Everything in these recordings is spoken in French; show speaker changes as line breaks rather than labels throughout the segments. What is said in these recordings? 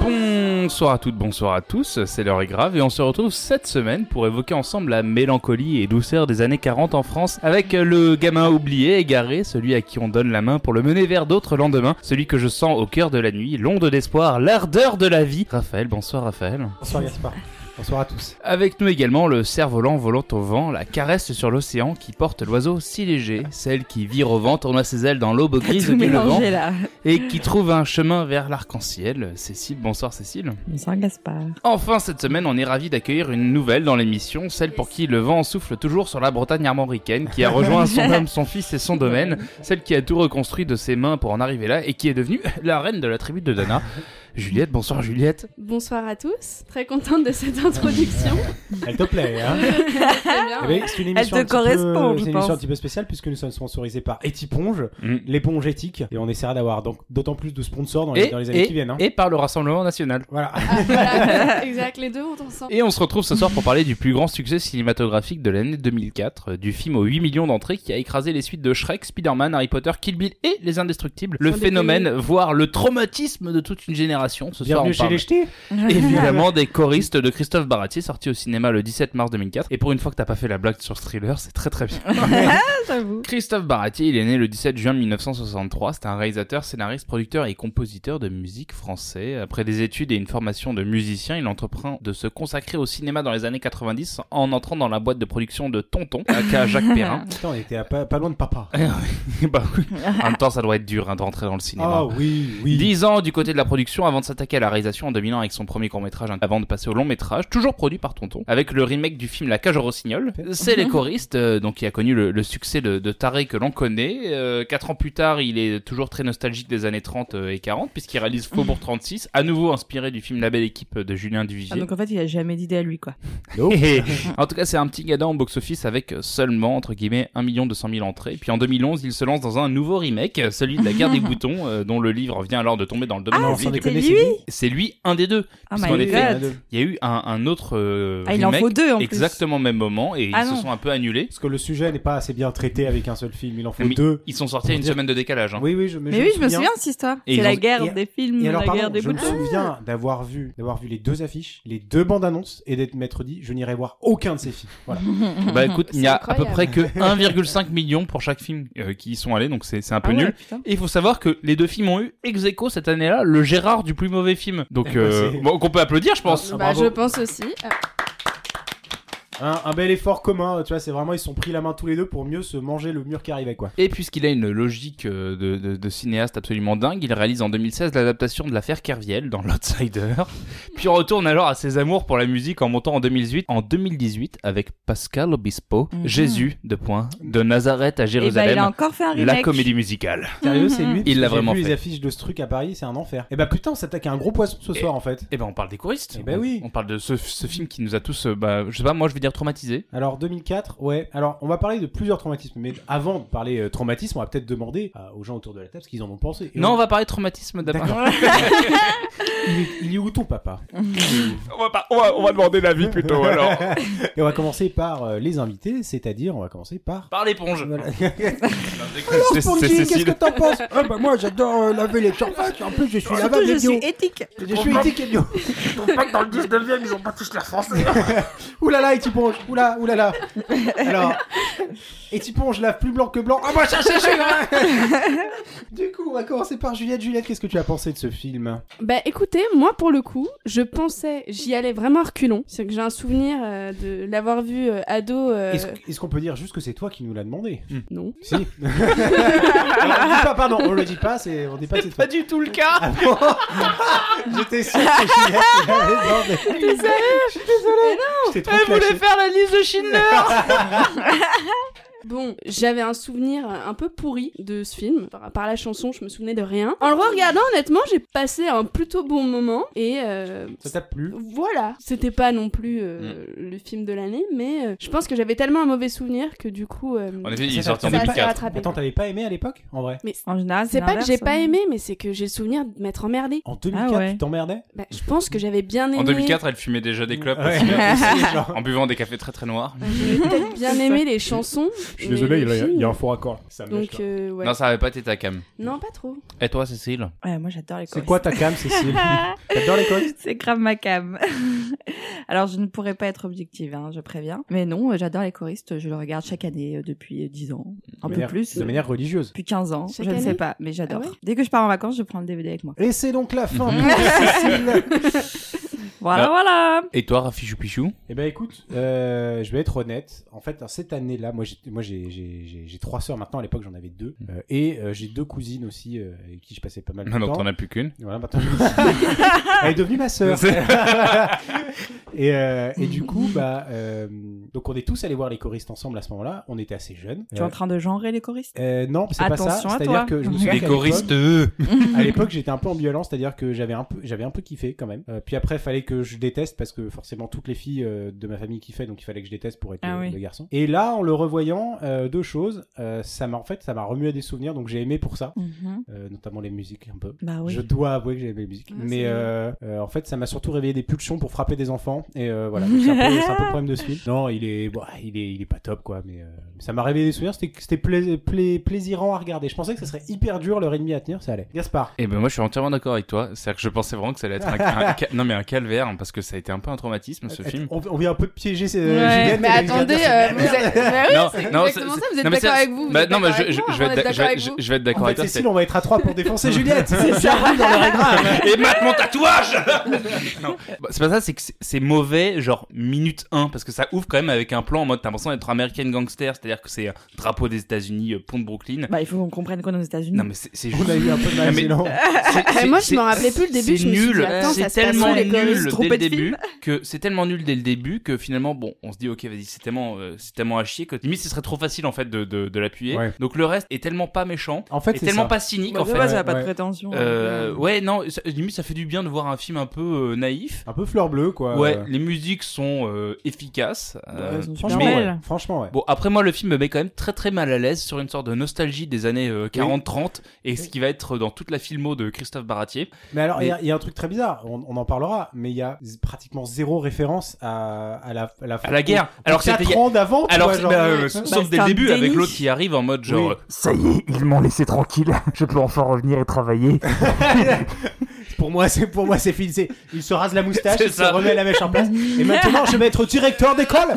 Bonsoir à toutes, bonsoir à tous, c'est l'heure est grave et on se retrouve cette semaine pour évoquer ensemble la mélancolie et douceur des années 40 en France avec le gamin oublié, égaré, celui à qui on donne la main pour le mener vers d'autres lendemains, celui que je sens au cœur de la nuit, l'onde d'espoir, l'ardeur de la vie. Raphaël, bonsoir Raphaël.
Bonsoir Gaspard. Bonsoir à tous.
Avec nous également le cerf-volant volant au vent, la caresse sur l'océan qui porte l'oiseau si léger, celle qui vire au vent, tourna ses ailes dans l'aube grise
Tout
du levant
mélangé là.
et qui trouve un chemin vers l'arc-en-ciel. Cécile, bonsoir Cécile.
Bonsoir Gaspard.
Enfin, cette semaine, on est ravi d'accueillir une nouvelle dans l'émission, celle pour qui le vent souffle toujours sur la Bretagne armoricaine, qui a rejoint son homme, son fils et son domaine, celle qui a tout reconstruit de ses mains pour en arriver là et qui est devenue la reine de la tribu de Dana. Juliette, bonsoir Juliette.
Bonsoir à tous, très contente de cette introduction.
Elle te plaît, hein
Très
Eh
bien.
ben, C'est une émission,
te
un petit peu-
correspond,
c'est une
je pense.
émission un petit peu spéciale puisque nous sommes sponsorisés par Etiponge,
Mm.
l'éponge éthique, et on essaiera d'avoir donc d'autant plus de sponsors dans les,
Et-
dans les années qui viennent. hein.
Et par le Rassemblement National.
Voilà.
Voilà, exact, les deux vont ensemble.
Et on se retrouve ce soir pour parler du plus grand succès cinématographique de l'année 2004, euh, du film aux 8 millions d'entrées qui a écrasé les suites de Shrek, Spider-Man, Harry Potter, Kill Bill et Les Indestructibles. Le
Sans
phénomène, voire le traumatisme de toute une génération. Ce soir,
Bienvenue
on
chez
parle
les jetés.
évidemment des choristes de Christophe Baratier sorti au cinéma le 17 mars 2004 et pour une fois que t'as pas fait la blague sur ce thriller c'est très très bien
Ah, J'avoue.
Christophe Baratier il est né le 17 juin 1963 c'est un réalisateur scénariste producteur et compositeur de musique français après des études et une formation de musicien il entreprend de se consacrer au cinéma dans les années 90 en entrant dans la boîte de production de Tonton aka Jacques Perrin
Putain, on était à pas, pas loin de papa.
Bah oui. en même temps ça doit être dur hein, de rentrer dans le cinéma
Ah oui, oui.
10 ans du côté de la production avant de s'attaquer à la réalisation en 2001 avec son premier court-métrage avant de passer au long-métrage, toujours produit par Tonton, avec le remake du film La Cage aux Rossignols. C'est les choristes, euh, donc qui a connu le, le succès de, de Taré que l'on connaît. Euh, Quatre ans plus tard, il est toujours très nostalgique des années 30 et 40 puisqu'il réalise Faubourg 36, à nouveau inspiré du film La Belle Équipe de Julien Duvivier.
Ah, donc en fait, il a jamais d'idée à lui quoi. Oh
en tout cas, c'est un petit gada en box-office avec seulement, entre guillemets, 1 200 000 entrées. Puis en 2011, il se lance dans un nouveau remake, celui de La Guerre des Boutons, euh, dont le livre vient alors de tomber dans le domaine
Ah,
public.
sans
c'était
déconner, c'est
lui
C'est lui, un des deux.
Oh
Parce qu'en
my
effet,
god.
Il y a eu un, un autre euh,
Ah, il en
remake
faut deux en plus.
exactement au même moment et
Ah
ils
non.
se sont un peu annulés.
Parce que le sujet n'est pas assez bien traité avec un seul film, il en faut
Mais
deux.
Ils sont sortis à une
Pour dire-
semaine de décalage. hein.
Oui, oui, je,
Mais oui, je me souviens de cette histoire.
Et
C'est
ils
la
ont-
guerre
et-
des films,
Et alors,
la
pardon,
guerre des
je me
boutons.
souviens d'avoir vu, d'avoir vu les deux affiches, les deux bandes annonces, et d'être m'être dit, je n'irai voir aucun de ces films. Voilà.
Bah écoute, il n'y a
C'est
à peu près que 1,5 million pour chaque film euh, qui y sont allés, donc c'est c'est un peu
Ah ouais,
nul.
putain.
Et il faut savoir que les deux films ont eu ex aequo cette année-là le Gérard du plus mauvais film.
Eh
Donc
ben,
euh,
c'est-
bon, qu'on peut applaudir, je pense.
Ah,
bah,
bravo.
je pense aussi. Euh,
un, un bel effort commun, tu vois, c'est vraiment ils se sont pris la main tous les deux pour mieux se manger le mur qui arrivait quoi.
Et puisqu'il a une logique euh, de, de- de cinéaste absolument dingue, il réalise en 2016 l'adaptation de l'affaire Kerviel dans L'Outsider, puis retourne alors à ses amours pour la musique en montant en 2018, en 2018 avec Pascal Obispo,
Mhm.
Jésus de point, de Nazareth à
Et bah, il a
Jérusalem,
encore fait un remake.
la comédie musicale.
Sérieux, c'est lui.
Il l'a
parce que j'ai
vraiment
vu
fait.
les affiches de ce truc à Paris, c'est un enfer. Et bah putain, on s'attaque à un gros poisson ce
Et-
soir en fait.
Eh ben on parle des choristes.
Eh ben oui.
On parle de ce, ce film qui nous a tous, euh, bah, je sais pas, moi je vais dire traumatisés.
Alors 2004, ouais. Alors on va parler de plusieurs traumatismes, mais avant de parler euh, traumatisme, on va peut-être demander euh, aux gens autour de la table ce qu'ils en ont pensé. Et
non, on
on-
va parler de traumatisme d'abord.
D'accord. il, est, il est où ton papa
On va, pas- on va- on va demander l'avis plutôt alors.
Et on va commencer par euh, les invités, c'est-à-dire on va commencer par.
Par l'éponge.
Voilà.
Non, je déconne.
Alors,
C'est-
Spongy,
c'est
qu'est-ce que
Cécile.
t'en penses Ah bah moi j'adore euh, laver les surfaces, en plus je suis
Surtout,
lavable
je
et bio.
suis éthique.
Je suis éthique et bio. Oulala, là là, et tu ponges. Oulala, oulala. Alors, et tu ponges, lave plus blanc que blanc. Ah bah, cherchez, hein. Du coup, on va commencer par Juliette. Juliette, qu'est-ce que tu as pensé de ce film
Bah écoutez, moi pour le coup, je pensais, j'y allais vraiment à reculons. C'est que j'ai un souvenir euh, de l'avoir vu euh, ado. euh,
Est-ce est-ce qu'on peut dire juste que c'est toi qui nous l'as demandé
Non.
Si. Alors, on le dit pas, pardon, on le dit pas, c'est, on dit pas que c'est toi.
du tout le cas.
Ah bon J'étais sûr que Juliette l'avait demandé.
T'es sérieux
Je suis désolé. Je t'ai trop clashé.
faire la liste de Schindler
Bon, j'avais un souvenir euh, un peu pourri de ce film. Par, par la chanson, je me souvenais de rien. En le regardant, honnêtement, j'ai passé un plutôt bon moment. Et euh,
Ça t'a plu
Voilà, c'était pas non plus euh, le film de l'année, mais euh, je pense que j'avais tellement un mauvais souvenir que du coup, euh,
En effet, il
Ça,
est sorti en
ça a
2004.
rattrapé.
Attends, t'avais pas aimé à l'époque, en vrai
En général,
C'est pas que
l'inverse,
j'ai pas
hein.
aimé, mais c'est que j'ai le souvenir de m'être emmerdé.
En 2004,
Ah ouais.
tu t'emmerdais
Bah, je pense que j'avais bien aimé. euh,
En 2004, elle fumait déjà des clopes
Ouais,
parce que-
c'est genre-
en buvant des cafés très très noirs.
J'avais peut-être bien aimé les chansons,
Je suis
Mais
désolé,
le
il y a-
film-
il y, a un faux raccord. Ça me lâche,
Donc,
là.
euh, ouais.
Non, ça avait pas été ta cam.
Non, pas trop.
Et toi, Cécile
Ouais, moi j'adore les
C'est
choristes.
quoi ta cam, Cécile T'adores les choristes
C'est grave ma cam. Alors, je ne pourrais pas être objective, hein, je préviens. Mais non, euh, j'adore les choristes. Je le regarde chaque année euh, depuis 10 ans. Un
De
peu
manière-
plus.
De manière religieuse.
Depuis 15 ans.
Chaque
je ne sais
année
pas, mais j'adore.
Ah ouais
Dès que je pars en vacances, je prends le DVD avec moi.
Et c'est donc la fin pour Cécile
Voilà,
Ah.
voilà.
Et toi, Rafichou Pichou
Eh ben écoute, euh, je vais être honnête. En fait, hein, cette année-là, moi j'ai, moi j'ai, j'ai, j'ai- j'ai trois sœurs maintenant. À l'époque, j'en avais deux,
Mm.
Euh, et euh, j'ai deux cousines aussi euh, avec qui je passais pas mal de
Donc,
temps.
t'en as plus qu'une.
Voilà, maintenant. Elle est devenue ma sœur. et, euh, et du coup, bah, euh, donc on est tous allés voir les choristes ensemble à ce moment-là. On était assez jeunes.
Tu es en train de genrer les choristes
Euh, non, c'est pas ça.
Attention à
C'est-à-dire
toi.
que je me
Les
souviens
Les
qu'à l'époque-
choristes, eux
Mhm.
à l'époque, j'étais un peu ambivalent, c'est-à-dire que j'avais un peu, j'avais un peu kiffé quand même. Euh, puis après, fallait que je déteste parce que forcément toutes les filles euh, de ma famille kiffaient, donc il fallait que je déteste pour être
Ah
le,
oui.
le garçon. Et là, en le revoyant, euh, deux choses, Euh, ça m'a en fait, ça m'a remué des souvenirs, donc j'ai aimé pour ça,
Mhm.
Euh, notamment les musiques un peu.
Bah oui.
Je dois avouer que j'ai aimé les musiques,
Ah,
mais
c'est
euh, euh, en fait, ça m'a surtout réveillé des pulsions pour frapper des enfants, et euh, voilà, donc c'est un, peu- c'est un peu le problème de ce film. Non, il est, bon, il est, il est pas top quoi, mais euh, ça m'a réveillé des souvenirs, c'était, c'était plais- plais- plaisirant à regarder. Je pensais que ça serait hyper dur leur ennemi à tenir, ça allait. Gaspard.
Et ben moi je suis entièrement d'accord avec toi. C'est-à-dire que je pensais vraiment que ça allait être un, un ca- non mais un calvaire hein, parce que ça a été un peu un traumatisme ce
Attends,
film.
On, on vient un peu de piéger ces.
Ouais, mais attendez, euh, vous êtes. Bah oui,
Non,
c'est
non,
exactement
c'est-
ça, vous êtes
non, mais
d'accord
c'est-
avec vous. vous
Bah,
êtes
non mais
d'accord
je, je-
avec
je
moi,
vais
on est
être d'a- je
d'accord
vais-
avec
je-
vous.
je vais être d'accord
En
avec
fait,
toi.
Cécile, on va être à trois pour défoncer Juliette. C'est ça.
c'est- Et maintenant mon tatouage Non. Bah, C'est pas ça, c'est que c'est- c'est mauvais genre minute 1 parce que ça ouvre quand même avec un plan en mode t'as l'impression d'être American Gangster, c'est-à-dire que c'est euh, drapeau des États-Unis, euh, pont de Brooklyn.
Bah, il faut qu'on comprenne qu'on est aux États-Unis.
Non mais c'est c'est juste
On a eu un peu de mal,
Ah, mais-
sinon.
C'est-
Ah,
c'est-
moi, je m'en
c'est-
rappelais plus le début, je
C'est
me suis dit,
nul,
attends, ça
c'est
se passe
tellement
où, les choristes
nul dès
Trompé
le
de
début
film
que c'est tellement nul dès le début que finalement bon, on se dit ok vas-y c'est tellement euh, c'est tellement à chier que limite ce serait trop facile en fait de, de, de l'appuyer.
Ouais.
Donc le reste est tellement pas méchant,
En fait,
est
c'est
tellement
ça.
pas cynique
Bah,
en
de
fait.
base,
ouais,
elle a pas
ouais.
de prétention.
Euh, ouais non, ça- limite ça fait du bien de voir un film un peu euh, naïf.
Un peu fleur bleue, quoi.
Ouais,
Euh,
les musiques sont euh, efficaces. euh,
elles sont super
Franchement,
belles.
ouais. Franchement, ouais.
Bon, après moi, le film me met quand même très très mal à l'aise sur une sorte de nostalgie des années euh, 40-30 et ce qui va être dans toute la filmo de Christophe Baratier.
Mais alors, il y a-
Mais-
il y, a un truc très bizarre. On, on en parlera, mais il y a z- pratiquement zéro référence à, à la, à la,
À la guerre. Alors que c'était il y a-
4 ans d'avant, tu
Alors,
vois,
c'est-
genre.
bah, euh, sauf
Bah,
dès
c'est
le
un
début,
déni.
avec l'autre qui arrive en mode genre.
Oui.
Ça y est, ils m'ont laissé tranquille. Je peux enfin revenir et travailler.
Pour moi, c'est pour moi, c'est fini. c'est- Il se rase la moustache,
C'est
il se
ça.
remet la mèche en place. Et maintenant, je vais être directeur d'école,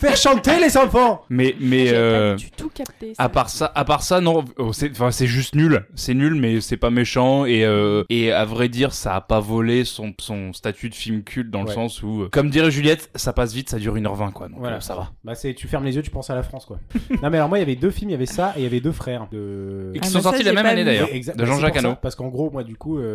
faire chanter les enfants.
Mais, mais
J'ai
euh,
pas du tout capté. ça.
à part ça, à part ça, non, oh, c'est enfin, c'est juste nul. C'est nul, mais c'est pas méchant. Et, euh, et à vrai dire, ça a pas volé son, son statut de film culte dans le
Ouais.
sens où, euh, comme dirait Juliette, ça passe vite, ça dure 1h20, quoi. Donc
Voilà.
euh, ça va.
Ah,
Bah, c'est tu fermes les yeux, tu penses à la France, quoi. non, mais alors moi, il y avait deux films, il y avait ça et il y avait deux frères. De...
Et qui
Ah, mais
sont
ça,
sortis la
j'ai
même
pas
année
vu.
d'ailleurs,
Exact-
de
bah, c'est
Jean-Jacques
pour ça,
Hano.
Parce qu'en gros, moi, du coup, euh,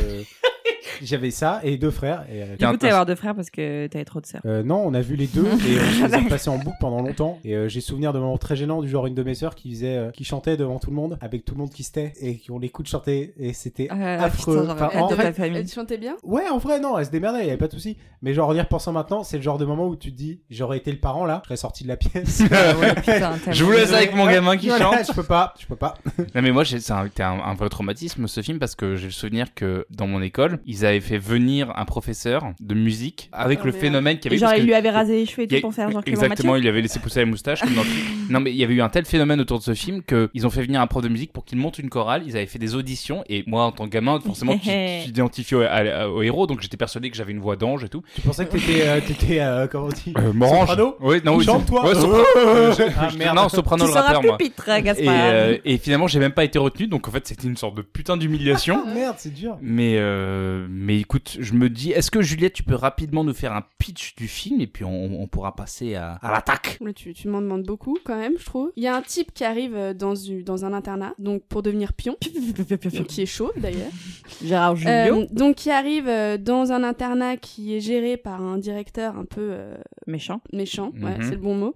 j'avais ça et deux frères. Et, euh,
Il y
Du
a un-
coup, t'es avoir deux frères parce que t'avais trop de sœurs.
euh, non, on a vu les deux et on se les a repassés en boucle pendant longtemps. Et euh, j'ai souvenir de moments très gênants du genre une de mes sœurs qui faisait, euh, qui chantait devant tout le monde avec tout le monde qui se tait et qui on l'écoute chanter et c'était
Euh,
affreux.
putain, j'aurais
Enfin,
hâte
en
de
vrai-
ta famille.
Elle chantait Euh, bien
Ouais, en vrai, non, elle se démerdait, il y avait pas de souci. Mais genre, en y repensant maintenant, c'est le genre de moment où tu te dis, j'aurais été le parent là, je serais sorti de la pièce.
Ah ouais, putain,
Je vous laisse avec mon
Ouais,
gamin qui
voilà,
chante.
Je peux pas, je peux pas.
Non mais moi j'ai- c'est un, c'était un, un vrai traumatisme ce film parce que j'ai le souvenir que dans mon école ils avaient fait venir un professeur de musique
Ah,
avec
Oh,
le
merde.
phénomène qu'il y avait.
Genre,
parce
il
que
lui avait rasé les cheveux et
il y a-
tout pour faire genre Clément
Exactement,
Mathieu.
il lui avait laissé pousser la moustache. comme dans le film. non mais il y avait eu un tel phénomène autour de ce film que ils ont fait venir un prof de musique pour qu'il monte une chorale. Ils avaient fait des auditions et moi en tant que gamin forcément tu tu t'identifies au, à- au héros donc j'étais persuadé que j'avais une voix d'ange et tout.
Tu pensais que t'étais, euh, t'étais, euh, comment on dit? Soprano
Oui, non, oui, c'est-
Chante-toi!
ouais, sopra-
Ah, merde.
Non, soprano
tu
le rappeur
seras
moi.
pupitre, hein,
Et,
Gaspard.
euh, et finalement j'ai même pas été retenu donc en fait c'était une sorte de putain d'humiliation.
Ah, merde, c'est dur.
Mais, euh, mais écoute, je me dis, est-ce que Juliette, tu peux rapidement nous faire un pitch du film et puis on, on pourra passer à, à l'attaque
Mais tu, tu m'en demandes beaucoup quand même, je trouve. Il y a un type qui arrive euh, dans, une- dans un internat, donc pour devenir pion,
euh,
qui est chaud d'ailleurs.
hein. Gérard Julio,
Euh, donc qui arrive euh, dans un internat qui est géré par un directeur un peu euh,
méchant.
méchant, ouais,
Mhm.
c'est le bon mot,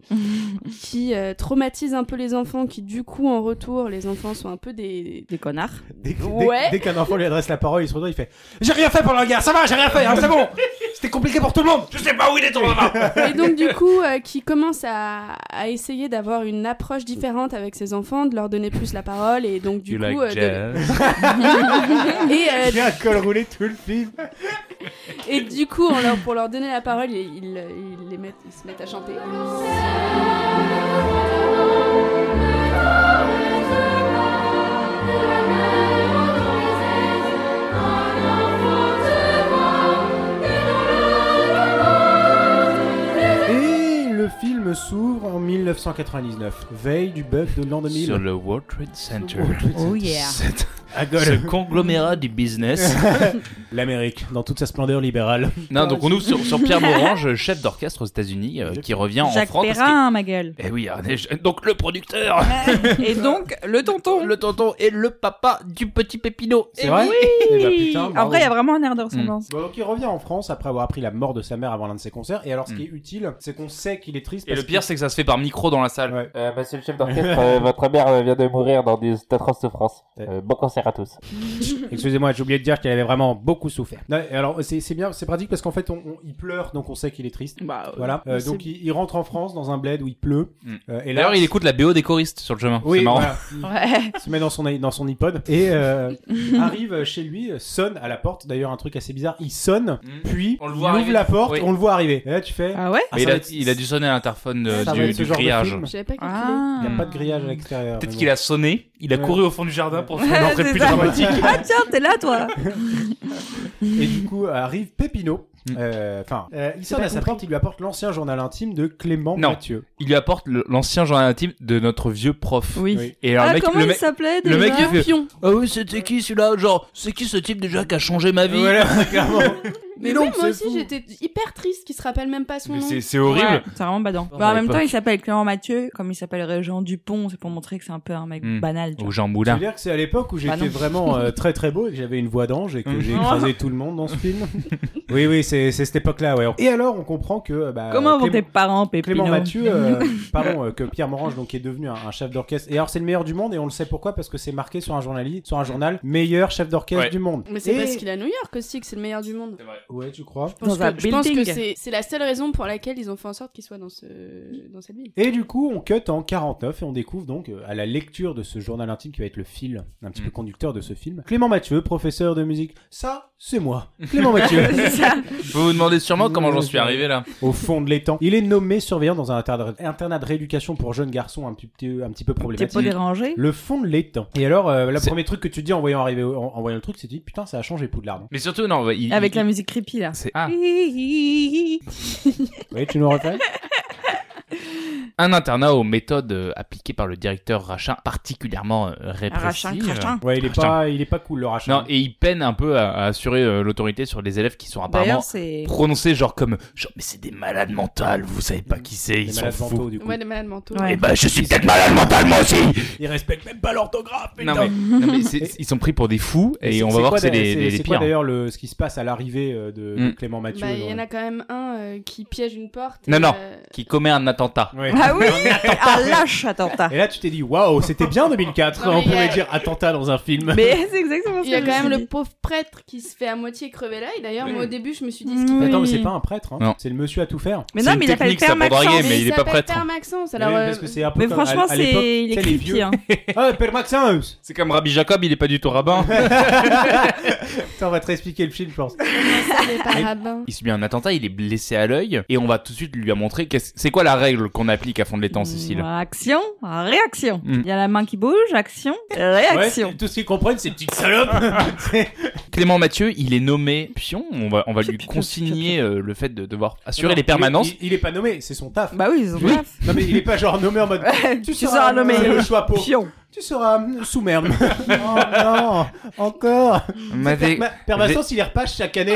qui euh, traumatise un peu les enfants, qui du coup en retour, les enfants sont un peu des...
Des connards.
Dès, que- dès-
Ouais.
dès qu'un enfant lui adresse la parole, il se retourne, il fait J'ai rien fait pendant la guerre, ça va, j'ai rien fait, hein, c'est bon C'était compliqué pour tout le monde
Je sais pas où il est ton papa
Et donc du coup, euh, qui commence à, à essayer d'avoir une approche différente avec ses enfants, de leur donner plus la parole, et donc du
You
coup...
like
euh, de-
jazz
et, euh,
J'ai un col roulé tout le film
Et du coup, on leur- pour leur donner la parole, ils, ils- ils les mettent, ils se mettent à chanter.
Et le film s'ouvre en 1999, veille du bug de l'an 2000.
Sur le World Trade Center.
Oh yeah.
Cet-
À
Ce
Gaulle.
conglomérat du business.
L'Amérique, dans toute sa splendeur libérale.
Eh
non, donc on ouvre sur, sur Pierre Morange, chef d'orchestre aux États-Unis, euh, qui revient en
Jacques
France. parce
Perrin, ma gueule.
qu'il- Eh oui, regardez, je- donc le producteur,
Et donc, le tonton.
le tonton et le papa du petit Pépino.
C'est vrai Eh bah, putain,
en
bravo.
vrai, il y a vraiment un air de ressemblance.
Bon, donc il revient en France après avoir appris la mort de sa mère avant l'un de ses concerts. Et alors, ce qui
Mm.
est utile, c'est qu'on sait qu'il est triste.
Et le
parce
pire, c'est que ça se fait par micro dans la salle.
Ouais.
Euh, monsieur le chef d'orchestre, euh, votre mère vient de mourir dans des atroces souffrances.
Euh,
bon concert à tous.
Excusez-moi, j'ai oublié de dire qu'il avait vraiment beaucoup souffert. Non, et alors, c'est c'est bien, c'est pratique parce qu'en fait, on, on- il pleure, donc on sait qu'il est triste.
Bah, euh,
Voilà. Euh,
c'est-
donc, il, il rentre en France dans un bled où il pleut.
Mm.
Euh, et là-
D'ailleurs, il écoute la BO des choristes sur le chemin.
Oui,
c'est marrant.
voilà.
Ouais.
Il se met dans son, dans son iPod et euh, arrive chez lui, sonne à la porte. D'ailleurs, un truc assez bizarre, il sonne,
Mm.
puis
On le
il
voit
ouvre
arriver.
la porte,
Oui.
on le voit arriver. Et là, tu fais.
Ah ouais
Ah,
Mais
ça
il,
va
a,
être-
il a dû sonner à l'interphone euh,
Ça va
du,
être ce
du
genre de
grillage.
film.
J'avais pas calculé.
Ah.
Il n'y a pas de grillage à l'extérieur.
Peut-être
mais
qu'il
bon.
a sonné, il a
Ouais.
couru au fond du jardin pour faire
Ouais,
une entrée
c'est
plus
ça.
dramatique.
Ah tiens, t'es là, toi
Et du coup, arrive Pépino.
Mm.
euh, Enfin, euh, il
C'est
sonne
pas
à sa
compris.
porte, il lui apporte l'ancien journal intime de Clément
Non.
Mathieu.
Il lui apporte le- l'ancien journal intime de notre vieux prof.
Oui.
Et alors,
Ah,
le mec,
comment
le
il
mec-
s'appelait
le mec,
déjà
il fait-
Un pion.
Ah oui, c'était qui celui-là Genre, c'est qui ce type déjà qui a changé ma vie
Voilà, clairement.
Mais
non,
oui, moi
c'est
aussi
fou.
j'étais hyper triste qu'il se rappelle même pas son
Mais
nom.
C'est c'est horrible.
Ouais, c'est vraiment badant.
Oh,
Bah, en
à
même temps,
l'époque.
il s'appelle Clément Mathieu, comme il s'appellerait Jean Dupont, c'est pour montrer que c'est un peu un mec
Hmm.
banal. tu
Ou
vois.
Jean
Je veux
Moulin.
dire que c'est à l'époque où j'étais
Bah non.
vraiment euh, très très beau et que j'avais une voix d'ange et que
Mm.
j'ai écrasé tout le monde dans ce film. oui, oui, c'est c'est cette époque-là, ouais. Et alors, on comprend que. euh, Bah,
Comment vont
Clément-
tes parents, Pépino
Clément Mathieu, euh, pardon, euh, que Pierre Morange donc est devenu un, un chef d'orchestre. Et alors c'est le meilleur du monde et on le sait pourquoi parce que c'est marqué sur un journaliste, sur un journal, meilleur chef d'orchestre
Ouais.
du monde.
Mais c'est
Et-
parce qu'il est à New York aussi que c'est le meilleur du monde.
Ouais, tu crois
Je pense
Dans un
que, je pense
building.
que c'est- c'est la seule raison pour laquelle ils ont fait en sorte qu'il soit dans, ce, dans cette ville.
Et du coup, on cut en 49 et on découvre donc, euh, à la lecture de ce journal intime qui va être le fil, un petit
Mm.
peu conducteur de ce film, Clément Mathieu, professeur de musique. Ça, c'est moi, Clément Mathieu,
C'est ça.
Vous vous demandez sûrement comment j'en suis arrivé là.
au fond de l'étang. Il est nommé surveillant dans un internat internat de rééducation pour jeunes garçons un petit, petit- un petit peu
T'es
problématique.
pas dérangé
Le fond de l'étang. Et alors, euh, le
C'est-
premier truc que tu dis en voyant arriver, en, en voyant le truc, c'est tu dis putain, ça a changé Poudlard. non
Mais surtout, non, bah, il,
Avec
il-
la musique creepy, là.
c'est ah,
Oui, tu nous refais
un internat aux méthodes euh, appliquées par le directeur Rachin, particulièrement euh,
Rachin,
répressives.
crachin.
Ouais, il est
Ah, Putain.
pas, il est pas cool le rachat.
Non, et il peine un peu à, à assurer euh, l'autorité sur les élèves qui sont apparemment
D'ailleurs, c'est...
prononcés genre comme genre mais c'est des malades mentales, vous savez pas qui c'est,
Les
ils sont
malades
fous.
mentaux, du coup.
Ouais, des malades mentaux.
Ouais.
Et bah je suis peut-être malade mental moi aussi.
Ils respectent même pas l'orthographe.
Non
putain.
mais, non, mais c'est- ils sont pris pour des fous et,
c'est-
on
c'est
va voir
quoi
que c'est
d'a-
les, les- les
c'est quoi
pires. hein.
d'ailleurs le- ce qui se passe à l'arrivée euh, de, de
Mm.
Clément Mathieu
Bah, il y
dans-
en a quand même un euh, qui piège une porte.
Non,
et,
non.
euh,
Qui commet un attentat.
Ouais.
Ah oui Ah lâche attentat
Et là, tu t'es dit, waouh, c'était bien 2004.
Non, mais
on
il y a-
pouvait dire attentat dans un film.
Mais c'est exactement ça.
Il y a
que
quand
je
même
me
le
dis.
pauvre prêtre qui se fait à moitié crever l'œil. D'ailleurs,
Oui.
moi au début, je me suis dit ce qu'il
Oui.
fait.
Attends, mais c'est pas un prêtre. hein.
Non.
C'est le monsieur à tout faire.
Mais
C'est
non,
une
mais il appelle
technique, ça,
Père
pour draguer,
Maxence.
mais il est pas
s'appelle
prêtre.
Père Maxence. Alors,
Oui,
euh,
parce que c'est un peu
Mais
comme
franchement,
à, à l'époque,
c'est...
tu
Il est
sais, les
creepy,
vieux.
hein.
Ah, Père Maxence
C'est comme Rabbi Jacob, il est pas du tout rabbin.
Putain, on va te réexpliquer le film, je pense.
c'est des parabins.
il subit un attentat, il est blessé à l'œil et on va tout de suite lui montrer qu'est-ce- c'est quoi la règle qu'on applique à fond de l'étang, Cécile.
Action, réaction. Il
Mm.
y a la main qui bouge, action, réaction.
Ouais, tout ce qu'ils comprennent, c'est petite salope. C'est-
Clément Mathieu, il est nommé pion. On va, on va lui
Putain,
consigner euh, le fait de devoir assurer
Non,
les
il-
permanences.
Il, il est pas nommé, c'est son taf.
Bah oui, ils ont
Oui.
grave.
Non, mais il est pas genre nommé en mode.
Tu seras nommé
c'est le choix pour.
pion.
Tu seras euh, sous merde. oh non, encore.
Ma-
Ma- Père Maxence, il les repasse chaque année.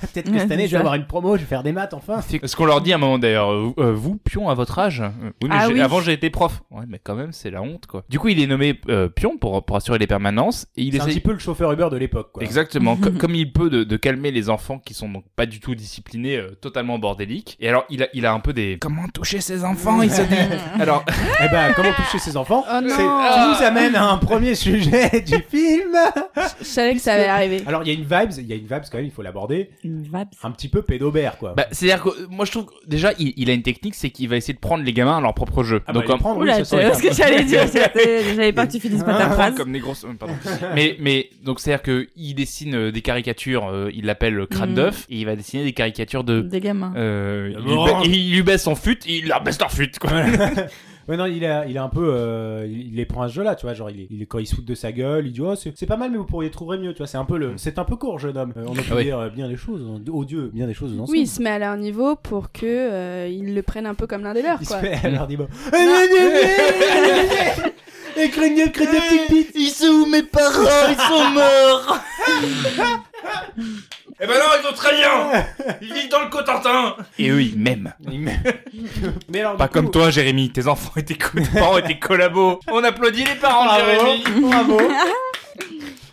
Peut-être que
Ouais,
cette année, je vais
déjà.
avoir une promo, je vais faire des maths enfin.
Ce qu'on leur dit à un moment d'ailleurs, euh, euh, vous, pion, à votre âge Euh, Oui, mais
Ah
j'ai-
oui.
avant j'ai été prof. Ouais, mais quand même, c'est la honte quoi. Du coup, il est nommé euh, pion pour, pour assurer les permanences et il
C'est un
essaye.
petit peu le chauffeur Uber de l'époque. quoi.
Mhm.
Exactement, co- comme il peut de, de calmer les enfants qui sont donc pas du tout disciplinés, euh, totalement bordéliques. Et alors, il a, il a un peu des. Comment toucher ces enfants Il se dit. Alors,
Eh ben, comment toucher ses enfants
Oh
C'est-
non.
qui nous amène à un premier sujet du film.
Je savais que ça allait arriver.
Alors, il y a une vibes, il y a une vibes quand même, il faut l'aborder.
Une vape.
Un petit peu pédobère, quoi.
Bah, c'est-à-dire que euh, moi je trouve que, déjà il, il a une technique, c'est qu'il va essayer de prendre les gamins à leur propre jeu.
Ah bah,
Donc
les
en-
prendre, oui, ça
Oula, c'est
sent les
ce que j'allais dire. c'était- J'avais pas que tu finisses pas ta
prendre
phrase.
comme des grosses. euh, pardon. mais mais donc c'est-à-dire que il dessine euh, des caricatures, euh, il l'appelle euh, crâne
Mm.
d'œuf et il va dessiner des caricatures de.
Des gamins.
Euh, il, lui
Bon.
ba- il lui baisse son fut, et il leur baisse leur fut quoi.
Ouais, non, il a, il est un peu, euh, il il les prend à ce jeu-là, tu vois. Genre, il, est- il est- quand il se fout de sa gueule, il dit, oh, c'est c'est pas mal, mais vous pourriez trouver mieux, tu vois. C'est un peu le, c'est un peu court, jeune homme. Euh, on a pu
Ah oui.
dire euh, bien des choses, on- oh Dieu, bien des choses. dans
Oui, il se met à leur niveau pour que euh, ils le prennent un peu comme l'un des leurs,
il Eh, se
quoi.
fait
Mm.
alors dis-moi. Et craignez, craignez, petite bite.
Ils sont où mes parents Ils sont morts
Eh ben non, ils sont très bien Ils vivent dans le Cotentin Et eux, ils m'aiment.
Mais alors,
Pas
du
comme
coup-
toi, Jérémy. Tes enfants étaient co- tes parents étaient collabos. On applaudit les parents,
Bravo,
Jérémy.
bravo.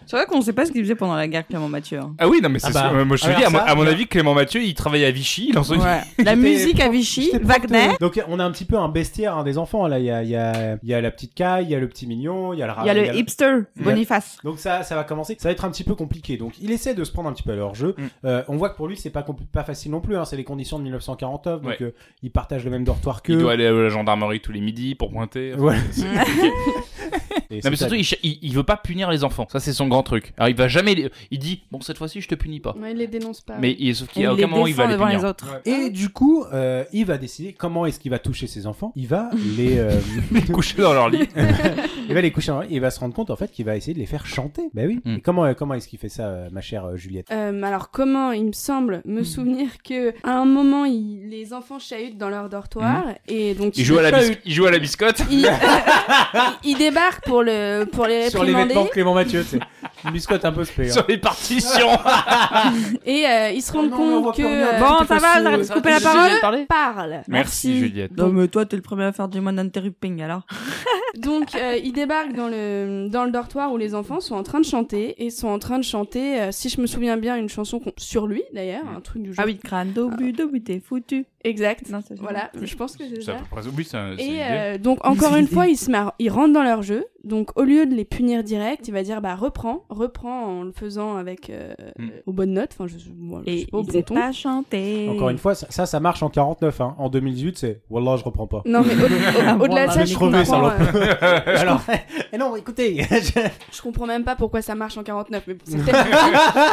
C'est vrai qu'on sait pas ce qu'il faisait pendant la guerre, Clément Mathieu. hein.
Ah oui, non, mais c'est
Ah bah,
euh, moi je te
alors
dis, à, mon-
ça,
à mon
bien.
avis, Clément Mathieu, il travaillait à Vichy. Il en soit-
La
J'étais
musique à
Je
Vichy,
t'ai porté.
Wagner.
Donc on a un petit peu un bestiaire hein, des enfants là. Il y a, il y, a, il y a la petite caille, il y a le petit mignon, il y a le rat-
Il y a
Ah,
il
le hipster,
il y a-
Boniface.
Donc ça, ça va commencer. Ça va être un petit peu compliqué. Donc il essaie de se prendre un petit peu à leur jeu.
Mm.
Euh, on voit que pour lui c'est pas compli- pas facile non plus. hein. C'est les conditions de 1949. Donc
Ouais.
euh, il partage le même dortoir que.
Il doit aller à la gendarmerie tous les midis pour pointer.
Voilà. Et
Non
c'est
mais
ça.
surtout il, ch- il, il veut pas punir les enfants, ça c'est son grand truc. Alors il va jamais, les- il dit bon cette fois-ci je te punis pas.
Ouais, il les dénonce pas.
Mais il, sauf
Il
qu'à aucun
les
moment il va
défend
les
devant
punir.
les autres.
Et du coup, euh, il va décider comment est-ce qu'il va toucher ses enfants. Il va les, euh,
Couchés dans leur lit.
il va les coucher en- et il va se rendre compte en fait qu'il va essayer de les faire chanter. Bah oui.
Mm.
Et comment, euh, comment est-ce qu'il fait ça, euh, ma chère euh, Juliette
Euh, alors comment il me semble me souvenir que à un moment il- les enfants chahutent dans leur dortoir et donc
Il joue à la bis- il joue à la biscotte.
il, il débarque pour le pour les
Sur les
réprimander
vêtements de Clément Mathieu, c'est une biscotte un peu spé. hein.
Sur les partitions.
et euh, ils se rendent
Non, mais on voit
compte que
plus rien.
euh,
Bon,
Bon, ça va, j'arrête de couper la parole.
parle.
Merci Juliette.
Non, mais toi, t'es le premier à faire du man interrupting alors.
Donc euh, il débarque dans le dans le dortoir où les enfants sont en train de chanter et sont en train de chanter euh, si je me souviens bien une chanson qu'on- sur lui d'ailleurs un truc du genre.
Ah oui, crâne d'obus, d'obus, t'es foutu.
exact.
Non, ça, je-
Voilà, je pense que c'est
C'est à
ça.
peu près- oui, c'est un- c'est une
Et
idée.
euh, donc encore
C'est
une
l'idée.
fois, ils, se marrent- ils rentrent dans leur jeu. Donc au lieu de les punir direct, il va dire bah reprends, reprends en le faisant avec euh,
Mm.
aux bonnes notes. Enfin je, je- moi, je
Et
sais pas, au
il
bon
sait
ton.
pas chanter.
Encore une fois, ça- ça, ça marche en 49. Hein. En 2018, c'est Wallah, je reprends pas.
Non mais au-
Ah,
au- au-delà
voilà.
de ça,
Je
je
vais
comprends,
crever, salope.
euh,
Alors, eh non, écoutez, je-
je comprends même pas pourquoi ça marche en 49. Mais c'est peut-être-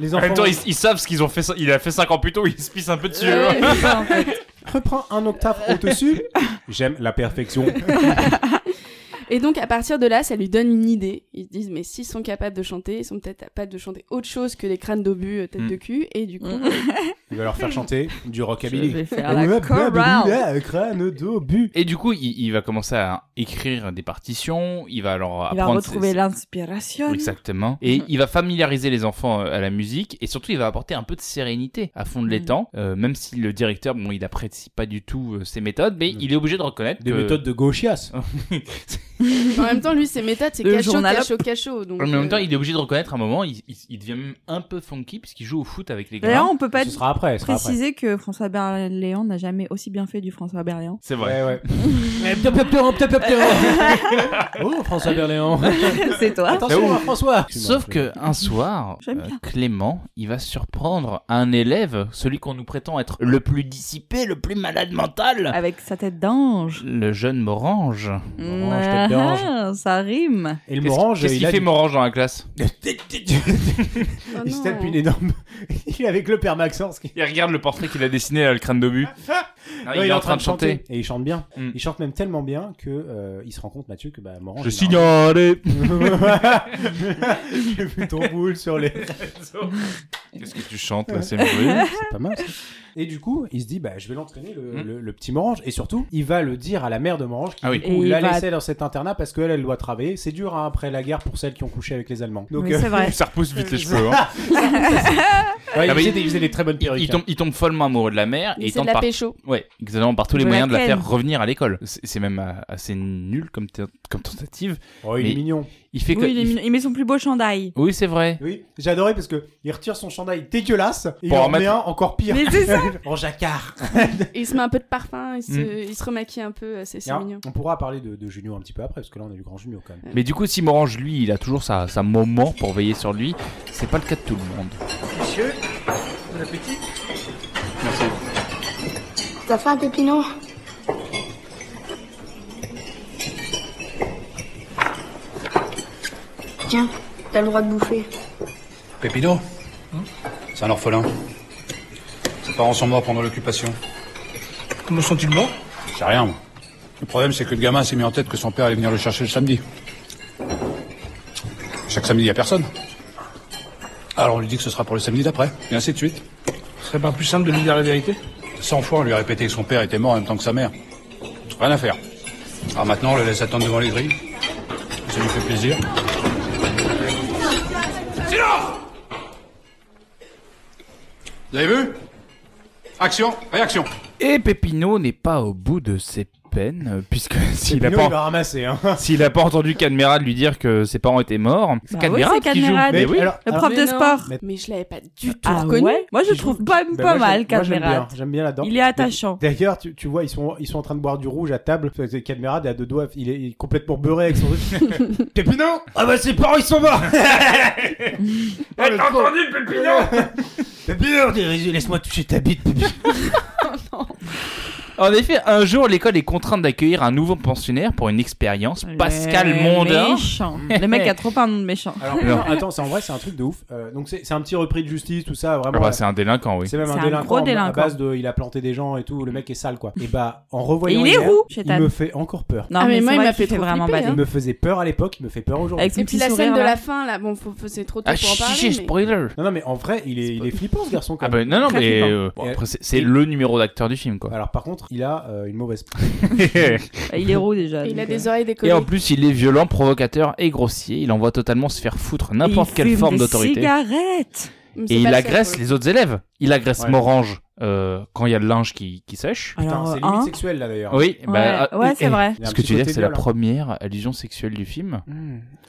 les
En
enfants.
même temps, ils, ils savent ce qu'ils ont fait. ça- Il a fait 5 ans plus tôt, il se pisse un peu dessus. hein.
Ouais.
C'est ça, en fait.
Reprends un octave au-dessus. J'aime la perfection.
Et donc à partir de là, ça lui donne une idée. Ils se disent mais s'ils sont capables de chanter, ils sont peut-être capables de chanter autre chose que des crânes d'obus, euh, tête
Mm.
de cul. Et du coup,
Mm.
Il va leur faire chanter du
Je
rockabilly.
vais faire la chorale.
Crâne d'obus.
Et du coup, il, il va commencer à écrire des partitions, il va leur
Il va
apprendre ses-
retrouver Mm. l'inspiration.
Exactement. Et il va familiariser les enfants euh, à la musique et surtout il va apporter un peu de sérénité à
Mm.
fond de l'étang, euh, même si le directeur, bon, il apprécie pas du tout euh, ses méthodes, mais
Mm.
il est obligé de reconnaître
Des
que-
méthodes de gauchias.
en même temps, lui ses méthodes c'est
Le
cachot,
journal.
cachot, cachot. Donc
Mais en même temps,
euh,
il est obligé de reconnaître à un moment, il, il- il devient même un peu funky puisqu'il joue au foot avec les gars.
D'ailleurs, on peut pas
Ce sera après, ce sera après.
préciser que François Berléand n'a jamais aussi bien fait du François Berléand.
C'est vrai.
Ouais, ouais. Eh, ptop, ptop, ptop, ptop, ptop, ptop. Oh, François Berléand.
C'est toi
Attention, hein, François.
Sauf que un soir,
J'aime
euh,
bien.
Clément, il va surprendre un élève, celui qu'on nous prétend être le plus dissipé, le plus malade mental,
Avec sa tête d'ange.
le jeune Morange.
Morange, tête d'ange.
Ah, ça rime.
Et le
Qu'est-ce-
morange,
qu'est-ce
il
qu'il
a
fait
du-
Morange dans la classe
oh
Il se
Ah
non.
tape une énorme. Il est avec le père Maxence qui.
Il regarde le portrait qu'il a dessiné à le crâne d'obus.
Ah,
Non,
Ouais, Ah, il est en train de chanter. Et il chante bien.
Mm.
Il chante même tellement bien que euh, il se rend compte, Mathieu, que bah,
Je
Morange. il a-
signale.
J'ai vu ton boule sur les.
Qu'est-ce que tu chantes là, c'est merveilleux.
C'est pas mal. ça. Et du coup, il se dit, bah, je vais l'entraîner le,
Mm.
le- le petit Morange. Et surtout, il va le dire à la mère de Morange qui
Ah oui.
du
Et
coup,
il
l'a
va-
laissé dans cet internat parce qu'elle, elle doit travailler. C'est dur hein, après la guerre pour celles qui ont couché avec les Allemands. Donc,
Oui,
euh,
c'est vrai.
Ça repousse vite les cheveux. hein.
ouais, il,
Ah, mais
faisait
il-
des, il faisait des très bonnes perruques. hein.
Il tombe, il tombe follement amoureux de la mère et
Mais
il
c'est de
tente
la
par,
pécho.
ouais, exactement, par tous les
De la
moyens de la
ken.
faire revenir à l'école. C'est c'est même euh, assez nul comme, te- comme tentative.
Oh, il est
Mais-
mignon.
Il fait que.
Oui, il, est
il-
mignon. Il met son plus beau chandail.
Oui, c'est vrai.
Oui, j'ai adoré parce que il retire son chandail dégueulasse et
Pour
il
en
en met
mettre-
un encore pire.
Mais c'est ça
en jacquard.
Et il se met un peu de parfum, il se,
Mm.
il se remaquille un peu, euh, c'est c'est
Alors,
mignon.
on pourra parler de, de Junio un petit peu après parce que là on a du grand Junio quand même.
Mais du coup, si Morange, lui, il a toujours sa, sa maman pour veiller sur lui, c'est pas le cas de tout le monde.
Monsieur, bon appétit.
T'as faim, Pépino Tiens, t'as le droit de bouffer.
Pépino C'est un orphelin. Ses parents sont morts pendant l'occupation. Comment sont-ils morts Je sais rien, moi. Le problème, c'est que le gamin s'est mis en tête que son père allait venir le chercher le samedi. Chaque samedi, il n'y a personne. Alors on lui dit que ce sera pour le samedi d'après, et ainsi de suite.
Ce serait pas plus simple de lui dire la vérité
100 fois, on lui a répété que son père était mort en même temps que sa mère. Rien à faire. Alors maintenant, on le laisse attendre devant les grilles. Ça lui fait plaisir. Silence Vous avez vu Action, réaction.
Et Pépino n'est pas au bout de ses peines, euh, puisque s'il a
Sinon,
pas,
il va ramasser. Hein.
s'il a pas entendu Cadmerade lui dire que ses parents étaient morts, c'est
Bah
Cadmerade
oui, c'est
qui joue.
Cadmerade.
Mais oui.
alors-
Le
alors-
prof de
non.
sport.
Mais je l'avais pas du tout
Ah
reconnu.
ouais Moi, je
Qui
trouve pas,
Bah,
pas
moi,
mal
j'aime- moi, J'aime bien,
Cadmerade.
j'aime bien là-dedans.
Il est attachant.
D'ailleurs, tu, tu vois, ils sont, ils sont en train de boire du rouge à table. Cadmerade est à deux doigts, il est, il est complètement beurré avec son truc. Pépino Ah bah ses parents ils sont morts T'as entendu Pépino Pépino, t'es résolu, laisse-moi toucher ta bite, Pépino.
En effet, un jour, l'école est contrainte d'accueillir un nouveau pensionnaire pour une expérience. Pascal
Le
Mondin.
Méchant. Le mec a trop un nom de méchant.
Alors,
Non.
attends, c'est en vrai, c'est un truc de ouf. Euh, donc c'est c'est un petit repris de justice, tout ça,
Ah
vraiment.
bah, c'est un délinquant, oui.
C'est même
C'est
un
un
délinquant,
gros
à- à
délinquant.
base de il a planté des gens et tout, le mec est sale quoi. Et bah en
Et
revoyant
il est
hier,
roux,
il
Chétan.
me fait encore peur.
Non,
Ah, mais
c'est
moi, il
vrai
m'a
qu'il
fait trop
vraiment
flipper,
Il
badé.
me faisait peur à l'époque, il me fait peur aujourd'hui.
Avec son
Et
petit
puis la
sourire,
scène de
là.
la fin, là, bon, faut- faut- c'est trop tôt
Ah,
pour en parler.
chichi,
mais-
spoiler.
Non non mais en vrai, il est, il est flippant ce garçon quand
Ah bah, non, non,
Très
mais
flippant.
euh, bon,
Et-
après, c'est c'est le numéro d'acteur du film, quoi.
Alors par contre, il a euh, une mauvaise
Il est roux déjà.
Il
donc,
a
euh.
des oreilles
Et
décollées.
en plus, il est violent, provocateur et grossier. Il envoie totalement se faire foutre n'importe
Il
quelle
fume
forme
des
d'autorité.
cigarettes.
Mais
Et
c'est pas
il
le seul,
agresse
pour le
les autres élèves. Il agresse
Ouais.
Morange euh, quand il y a le linge qui, qui sèche.
Putain,
Alors,
c'est limite
hein
sexuel là d'ailleurs.
Oui, bah,
Ouais, ouais, c'est vrai.
Il y a un
Ce que
petit
tu dis,
côté
c'est la
violent.
première allusion sexuelle du film.
Ah
Mmh.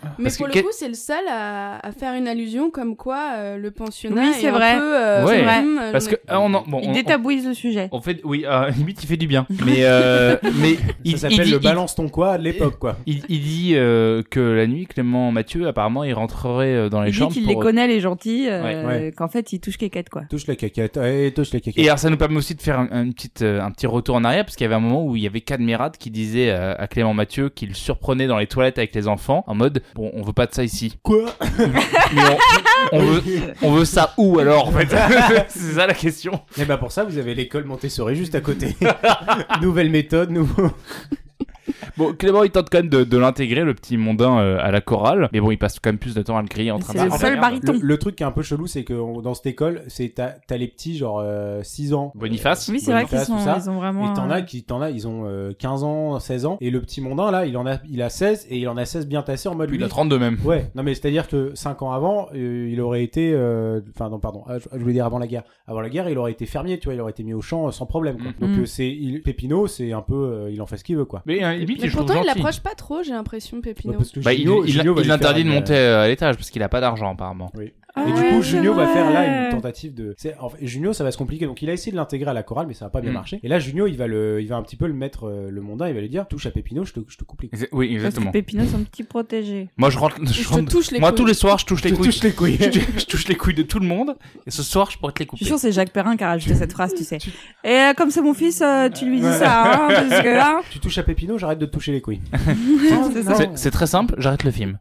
coup. Mais
parce
pour
que
le
que-
coup, c'est le seul à, à faire une allusion comme quoi euh, le pensionnat
Oui,
est,
c'est
un
vrai.
peu... euh,
Ouais.
hum, euh,
Parce que
j'en ai-
ah, on, en- bon,
Il
on-
détabouise le sujet.
on- on fait oui, euh, limite il fait du bien. Mais euh, mais
Ça
il, il
s'appelle
dit-
le
il-
balance ton quoi de l'époque quoi.
il- il dit euh, que la nuit, Clément Mathieu apparemment il rentrerait euh, dans les
Il dit
chambres
qu'il les
pour.
connaît les gentils, euh,
Ouais,
ouais.
qu'en fait il touche quéquette quoi.
Touche la caquette, allez, touche la
Et
caquette.
alors ça nous permet aussi de faire un, un petit, euh, un petit retour en arrière, parce qu'il y avait un moment où il y avait Cadmerade qui disait à, à Clément Mathieu qu'il surprenait dans les toilettes avec les enfants, en mode, bon, on veut pas de ça ici.
Quoi
Mais on, on veut, on veut ça où alors, en fait C'est ça la question.
Et bah pour ça, vous avez l'école Montessori juste à côté. Nouvelle méthode, nouveau.
Bon, Clément, il tente quand même de, de l'intégrer, le petit mondain, euh, à la chorale, mais bon, il passe quand même plus de temps à le griller en train
C'est
de...
le
Ah,
seul
merde.
bariton.
Le, le truc qui est un peu chelou, c'est que on- dans cette école, c'est t'as t'as les petits genre 6 ans.
Boniface
Oui, c'est vrai
Boniface,
qu'ils
tout
sont,
ça.
ils ont vraiment.
Et t'en
euh,
as qui t'en as, ils ont euh, 15 ans, 16 ans et le petit mondain là, il en a il a 16 et il en a 16 bien tassé en mode
Puis
lui.
il a 32 même.
Ouais, non mais c'est-à-dire que 5 ans avant, euh, il aurait été euh, enfin non pardon, ah, je, je voulais dire avant la guerre. Avant la guerre, il aurait été fermier, tu vois, il aurait été mis au champ euh, sans problème quoi.
Mm.
Donc
Mm.
euh, c'est il Pépino, c'est un peu euh, il en fait ce qu'il veut quoi.
Mais euh, limite,
Mais
je trouve
pourtant, il
gentil.
l'approche pas trop, j'ai l'impression, Pépino.
Bah, parce que
Bah, il,
Junio-
il-
Junio va
il
lui faire
interdit de
une, euh,
monter euh, à l'étage parce qu'il a pas d'argent apparemment.
Et du
Ah Ouais,
coup,
c'est
Junio va
vrai.
faire là une tentative de. c'est- En fait, Junio, ça va se compliquer. Donc, il a essayé de l'intégrer à la chorale, mais ça va pas bien
Mm.
marché. Et là, Junio, il va le, il va un petit peu le mettre euh, le mondain. Il va lui dire, touche à Pépino, je te, je te coupe les couilles.
Exa- Oui,
Parce que
exactement.
Pépino, son petit protégé.
Moi, je rentre.
Je
Je rentre-
te touche les
Moi,
couilles.
tous les soirs, je touche les
Je te
couilles.
touche les couilles.
je, je touche les couilles de tout le monde. Et ce soir, je pourrais te les
Je
couper.
suis sûre que c'est Jacques Perrin qui a rajouté cette phrase, tu sais. Et euh, comme c'est mon fils, euh, tu lui dis ça, hein, parce que hein,
tu touches à Pépino, j'arrête de te toucher les couilles.
c'est ça.
C'est- C'est très simple, j'arrête le film.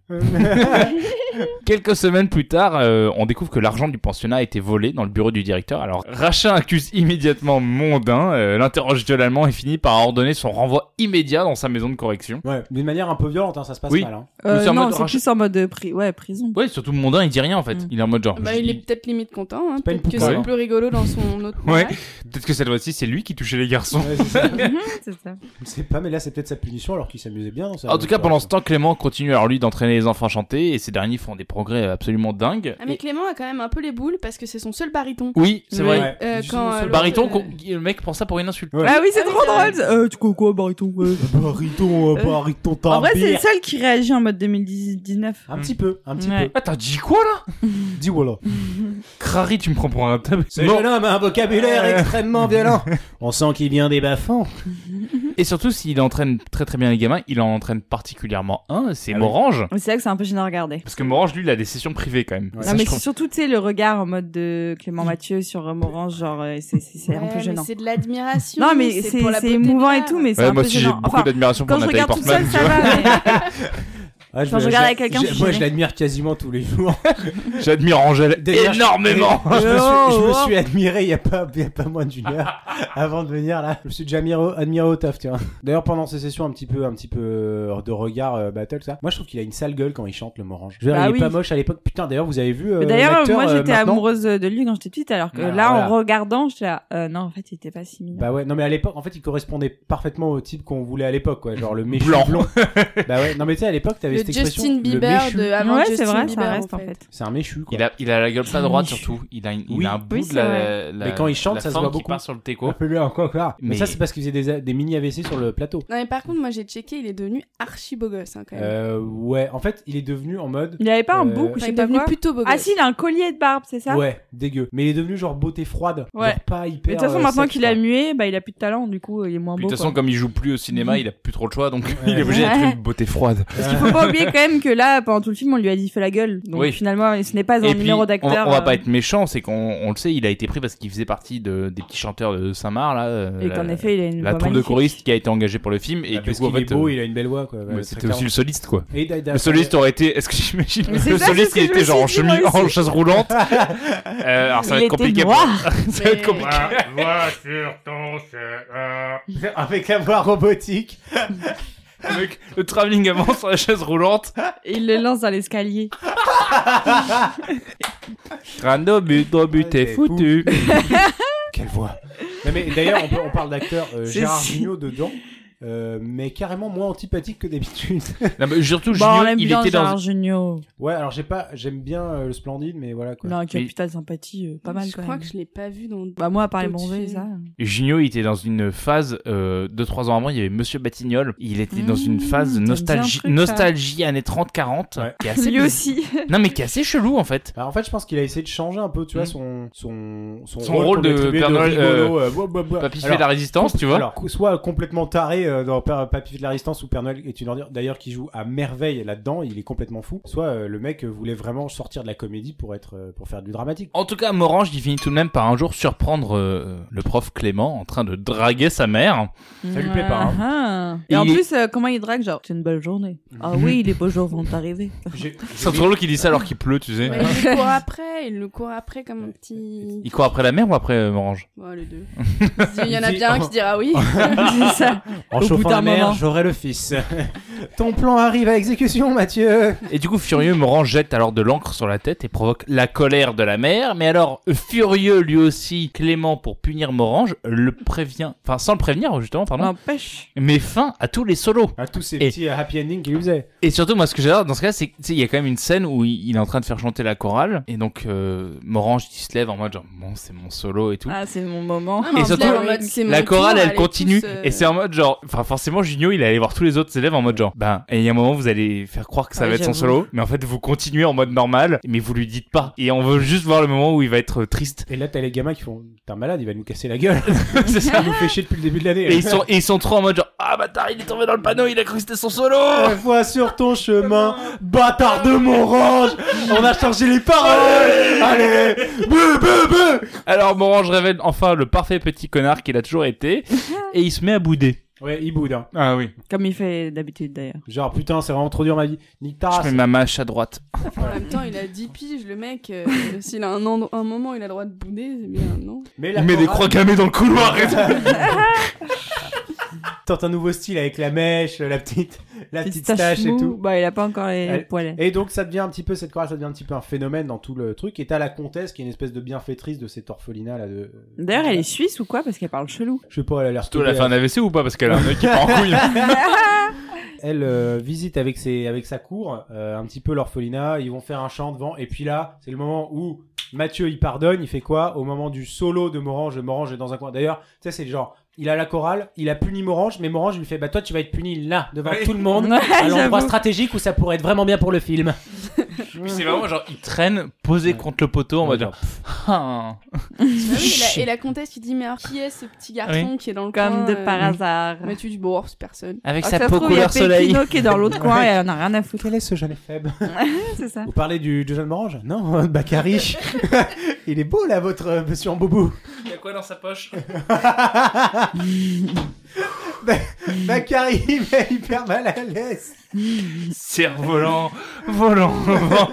Quelques semaines plus tard, euh, on découvre que l'argent du pensionnat a été volé dans le bureau du directeur. Alors, Rachin accuse immédiatement Mondin, euh, l'interroge violemment et finit par ordonner son renvoi immédiat dans sa maison de correction.
Ouais, d'une manière un peu violente, hein, ça se passe
Oui.
mal. Hein.
Euh,
Nous sommes en
non,
mode
c'est
rachat.
plus en mode euh, pri- ouais, prison.
Ouais, surtout Mondin, il dit rien en fait.
Mm.
Il est en mode genre.
Bah,
je-
il est peut-être limite content, hein.
pas une
peut-être que
poucave,
c'est
hein.
plus rigolo dans son autre
Ouais.
mariage.
Peut-être que cette fois-ci, c'est lui qui touchait les garçons.
Ouais, c'est ça.
Mhm, c'est ça.
Je sais pas, mais là, c'est peut-être sa punition alors qu'il s'amusait bien. Dans sa-
En tout cas, pendant ce temps, Clément continue alors lui d'entraîner les enfants chantés et ces derniers font des progrès absolument dingues.
Ah, mais Clément a quand même un peu les boules parce que c'est son seul bariton.
Oui, c'est vrai.
Ouais.
Euh,
Du-
quand, euh,
son-
le-
Bariton,
euh,
qu'on- le mec prend ça pour une insulte.
Ouais.
Ah oui, c'est
Ah oui,
trop
c'est
drôle. Euh, tu crois quoi, Bariton ouais.
Bariton, euh,
Euh,
bariton, t'as
En
un
vrai, c'est le
bière.
seul qui réagit en mode 2019.
Un petit peu, un petit
Ouais.
peu.
Ah, t'as dit quoi là
Dis voilà.
Crary, tu me prends pour un tab.
Ce jeune homme a un vocabulaire extrêmement violent. Euh. On sent qu'il vient des bas-fonds.
Et surtout, s'il entraîne très très bien les gamins, il en entraîne particulièrement un, c'est
Ah oui.
Morange.
Mais C'est vrai que c'est un peu gênant à regarder.
Parce que Morange, lui, il a des sessions privées quand même.
Ouais.
Ça,
non, mais
je trouve-
c'est surtout, tu sais, le regard en mode de Clément Mathieu sur euh, Morange, genre, euh, c'est c'est- c'est un
Ouais,
peu
mais
gênant.
C'est de l'admiration.
Non, mais c'est
pour la
c'est
beauté de
émouvant et
l'art.
tout, mais c'est
Ouais,
un
moi
peu
aussi, j'ai
gênant.
beaucoup
Enfin,
d'admiration pour
quand je
Nathalie
regarde toute
Portman.
seule, ça va, mais
Ah,
Quand
le-
je regarde avec quelqu'un,
j'ai-
je suis
moi je
gênée.
l'admire quasiment tous les jours.
J'admire Angèle
D'ailleurs, je-
énormément.
Je me
Oh,
suis, je me
wow.
suis admiré il y a pas, il y a pas moins d'une heure avant de venir là. Je me suis déjà admiré, au- admiré au taf, tu vois. D'ailleurs, pendant ces sessions un petit peu, un petit peu euh, de regard euh, battle, ça. Moi, je trouve qu'il a une sale gueule quand il chante le Morange. Je veux dire,
Bah
il est
oui.
pas moche à l'époque. Putain, d'ailleurs, vous avez vu. euh,
Mais D'ailleurs,
l'acteur,
moi
euh,
j'étais
maintenant
amoureuse de lui quand j'étais petite, alors que
Ah,
là,
voilà.
en regardant, j'étais là, euh, non, en fait, il était pas si mignon.
Bah ouais, non mais à l'époque, en fait, il correspondait parfaitement au type qu'on voulait à l'époque, quoi. Genre le méchu
Blanc.
blond. bah ouais, non mais tu sais, à l'époque, t'avais
Le
cette expression.
Justin Bieber
le méchu.
de avant
ouais, c'est
Justin
vrai,
Bieber
ça reste en fait.
C'est un méchu, quoi.
Il a, il a la gueule pas droite surtout. Il a, une- il a un bout de la, la-
Mais quand il chante,
la
ça se
forme
voit
qui
beaucoup.
part sur le
Un
Ah
teco.
peu bien, quoi, quoi. Mais,
Mais-
ça, c'est parce qu'il faisait des, des mini AVC sur le plateau.
Non mais par contre moi j'ai checké, il est devenu archi beau gosse hein, quand même.
Euh, ouais, en fait, il est devenu en mode.
Il avait pas un
Euh,
bouc, je
Enfin, il
sais
est
pas
devenu
quoi.
plutôt beau gosse.
Ah si, il a un collier de barbe, c'est ça
Ouais, dégueu. Mais il est devenu genre beauté froide.
Ouais.
Genre pas hyper.
Mais de toute façon,
euh,
maintenant
sexe,
qu'il a
quoi.
mué, bah il a plus de talent, du coup, il est moins
Puis,
beau.
de toute façon,
quoi.
comme il joue plus au cinéma, il a plus trop le choix, donc il est
Ouais.
obligé d'être
Ouais.
une beauté froide.
Parce qu'il faut pas oublier quand même que là, pendant tout le film, on lui a dit fais la gueule. Donc
Oui.
finalement, ce n'est pas un
Et puis, on,
numéro d'acteur.
on va
euh,
pas être méchant, c'est qu'on on le sait, il a été pris parce qu'il faisait partie de, des petits chanteurs de Saint-Marc, là. euh,
Et
la-
qu'en effet, il a une
La
voix
troupe de
magnifique.
choristes qui a été engagée pour le film, et
Bah,
du
parce
coup, en
qu'il est
fait.
beau,
euh,
il a une belle voix, quoi.
mais
Ouais,
C'était
très
aussi le
clairement.
soliste, quoi.
Et d'a- d'a-
Le soliste aurait été. Est-ce que j'imagine
Mais c'est
Le
ça,
soliste,
c'est
il
ce que
était
je me
genre en,
suis dit, moi
chemise,
aussi.
en chaise roulante. Euh, alors ça va
Il
être
était
compliqué. pour-
noir.
ça va être compliqué.
Avec la voix robotique.
Avec le travelling avant sur la chaise roulante.
Et il le lance dans l'escalier.
Rando but, au but,
Ouais,
t'es
t'es
foutu.
Quelle voix. Non, mais d'ailleurs, on, peut- on parle d'acteur euh,
C'est
Gérard
si-
Jugnot dedans. euh, mais carrément moins antipathique que d'habitude.
Non, mais surtout,
Bon, on
Junio,
aime
il
bien
était dans.
Gérard Jugnot.
ouais, alors j'ai pas, j'aime bien euh, le Splendide, mais voilà quoi.
Non, qui a
Mais-
putain de sympathie, euh, pas mal
Je
quand
crois
même.
que je l'ai pas vu dans.
Bah moi, à part les
D'autres
bronzés,
films.
ça.
Junio, il était dans une phase. 2-3 ans avant, il y avait Monsieur Batignol. Il était dans une
Mmh,
phase
ça me dit un
nostalgie,
truc, ça.
nostalgie années 30-40.
Ouais.
Qui est assez
Lui
bizarre.
aussi.
Non, mais qui est assez chelou en fait.
Alors, en fait, je pense qu'il a essayé de changer un peu, tu vois,
Mm.
son, son,
Son rôle
qu'on
de
lui attribuait
Père Noël,
rigolo, euh, bois, bois, bois.
Papy fait
Alors,
de la résistance, tu vois.
Alors, cou- soit complètement taré euh, dans Père- Papy fait de la résistance ou Père Noël est une ordure, d'ailleurs, qui joue à merveille là-dedans, il est complètement fou. Soit euh, le mec euh, voulait vraiment sortir de la comédie pour être, euh, pour faire du dramatique.
En tout cas, Morange, il finit tout de même par un jour surprendre euh, le prof Clément en train de draguer sa mère.
Ça lui plaît pas, hein.
Ah, ah. Et en
Il est- Mhm.
plus, euh, comment il drague Genre, c'est une belle journée. Ah oui, les beaux jours vont arriver.
J'ai-
C'est trop drôle qu'il dit ça alors qu'il pleut, tu sais.
Ouais, il le court après, il le court après comme un petit.
Il court après la mère ou après euh, Morange
Bon, les deux. Il y en a
Il dit-
bien un qui dira oui.
c'est ça.
En
Au bout
chauffant
d'un
la mer,
moment.
j'aurai le fils. Ton plan arrive à exécution, Mathieu.
Et du coup, furieux, Morange jette alors de l'encre sur la tête et provoque la colère de la mère. Mais alors, furieux lui aussi, Clément, pour punir Morange, le prévient, enfin sans le prévenir justement, pardon,
N'empêche.
met fin à tous les solos.
À tous ces
Et-
petits euh, happy endings qu'il faisait.
Et surtout, moi, ce que j'adore dans ce cas, c'est qu'il y a quand même une scène où il il est en train de faire chanter la chorale. Et donc, euh, Morange, il se lève en mode genre, bon, c'est mon solo et tout.
Ah, c'est mon moment.
Ah, mais
Et
on se
surtout,
lève en mode, c'est mon
La
tour,
chorale, elle
allez,
continue.
tous, euh,
Et c'est en mode genre. Enfin, forcément, Junio, il est allé voir tous les autres élèves en mode genre. Ben, et il y a un moment, vous allez faire croire que ça
Ouais,
va être son
j'avoue.
solo. Mais en fait, vous continuez en mode normal. Mais vous lui dites pas. Et on veut juste voir le moment où il va être euh, triste.
Et là, t'as les gamins qui font, t'es un malade, il va nous casser la gueule.
C'est ça.
Il nous fait chier depuis le début de l'année.
Et ils sont, et ils sont trop en mode genre. Ah, bâtard, il est tombé dans le panneau, il a crusté son solo.
Vois sur ton chemin, bâtard de Morange On a changé les paroles Allez Beu, beu, beu
Alors, Morange révèle enfin le parfait petit connard qu'il a toujours été. Et il se met à bouder.
Ouais, il boude, hein.
Ah oui.
Comme il fait d'habitude d'ailleurs.
Genre, putain, c'est vraiment trop dur ma vie. Nique
Ah,
ta race.
Je mets ma mâche à droite.
En même temps, il a 10 piges, le mec. euh, S'il a un, endro- un moment, il a le droit de bouder, c'est bien, non
Mais la
Il met des croix
chorale,
gammées dans le couloir. et tout.
Tente un nouveau style avec la mèche, la petite, la petite
tache
tache et
mou.
tout.
Bah, il a pas encore les
Elle-
poils.
Et donc ça devient un petit peu cette chorale, ça devient un petit peu un phénomène dans tout le truc. Et t'as la comtesse qui est une espèce de bienfaitrice de cette orphelinat là. De...
D'ailleurs, elle est suisse ou quoi Parce qu'elle parle chelou.
Je sais pas, elle a l'air
Toi, elle a
stylée,
fait un AVC ou pas Parce qu'elle a un mec qui part en couille.
Elle euh, visite avec, ses, avec sa cour euh, un petit peu l'orphelinat, ils vont faire un chant devant, et puis là, c'est le moment où Mathieu il pardonne, il fait quoi Au moment du solo de Morange, Morange est dans un coin. D'ailleurs, tu sais, c'est le genre, il a la chorale, il a puni Morange, mais Morange lui fait, bah toi tu vas être puni là, devant tout le monde,
Ouais,
à l'endroit
j'avoue.
stratégique où ça pourrait être vraiment bien pour le film.
Puis c'est vraiment genre, il traîne posé
Ouais.
contre le poteau, on va
Ouais,
dire.
genre,
Ah.
Ah oui, et, la, et la comtesse qui dit Mais alors, qui est ce petit garçon qui est dans le
Ah Comme
coin
de
euh,
par hasard.
Mais tu dis Bon, oh, c'est personne.
Avec
Ah,
sa
ça se
peau
trouve, il y a
couleur soleil.
Pépino qui est dans l'autre coin et elle en a rien à foutre.
Quel est ce jeune faible
c'est ça.
Vous parlez du du jeune Morange Non, Bakary. il est beau là, votre euh, monsieur en boubou.
Il y a quoi dans sa poche
Bakary, Bah, il est hyper mal à l'aise.
Cerf-volant, volant, vent.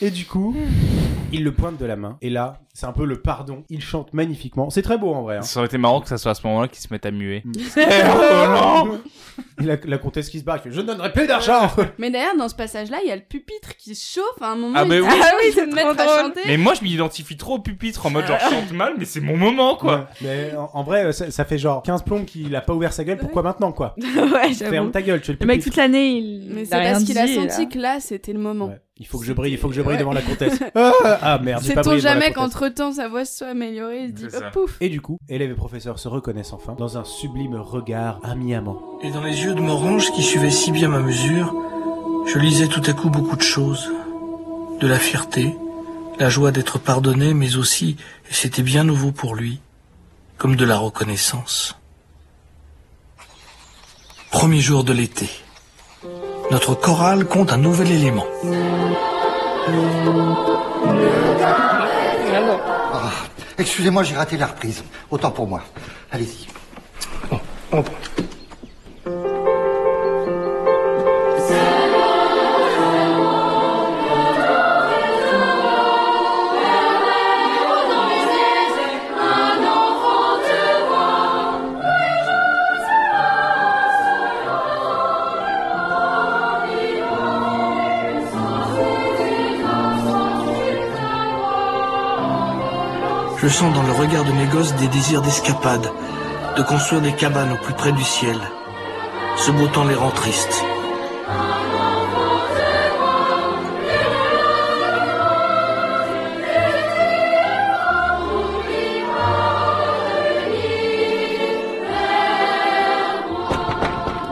Et du coup, il le pointe de la main. Et là, c'est un peu le pardon. Il chante magnifiquement. C'est très beau en vrai. hein.
Ça aurait été marrant que ça soit à ce moment-là qu'ils se mettent à muer.
Et la, la comtesse qui se barre, qui fait, je ne donnerai plus d'argent.
Mais d'ailleurs, dans ce passage-là, il y a le pupitre qui se chauffe à un moment.
Ah,
il
mais
dit,
oui.
Ah oui,
je vais
c'est
me mettre
trop
à
drôle.
chanter.
Mais moi, je m'identifie trop au pupitre en mode genre je chante mal, mais c'est mon moment quoi.
Ouais, mais en, en vrai, ça, ça fait genre 15 plombes qu'il a pas ouvert sa gueule. Pourquoi maintenant, quoi
ouais,
Ferme
j'avoue.
ta gueule, tu es le
Le mec,
pupitre.
toute l'année, il.
Mais
il
c'est
a rien
parce qu'il a
dit, là.
senti que là, c'était le moment.
Ouais, Il faut que je brille, il faut que je brille devant la comtesse. Ah, ah, merde, j'ai pas
Sait-on
brillé devant la
jamais
comtesse.
qu'entre temps sa voix se soit améliorée Il se dit
C'est ça.
oh, pouf
Et du coup, élèves et professeurs se reconnaissent enfin dans un sublime regard ami-amant.
Et dans les yeux de Morange, qui suivait si bien ma mesure, je lisais tout à coup beaucoup de choses. De la fierté, la joie d'être pardonné, mais aussi, et c'était bien nouveau pour lui, comme de la reconnaissance. Premier jour de l'été. Notre chorale compte un nouvel élément.
Ah, Excusez-moi, j'ai raté la reprise. Autant pour moi. Allez-y.
Je sens dans le regard de mes gosses des désirs d'escapade, de construire des cabanes au plus près du ciel. Ce beau temps les rend tristes.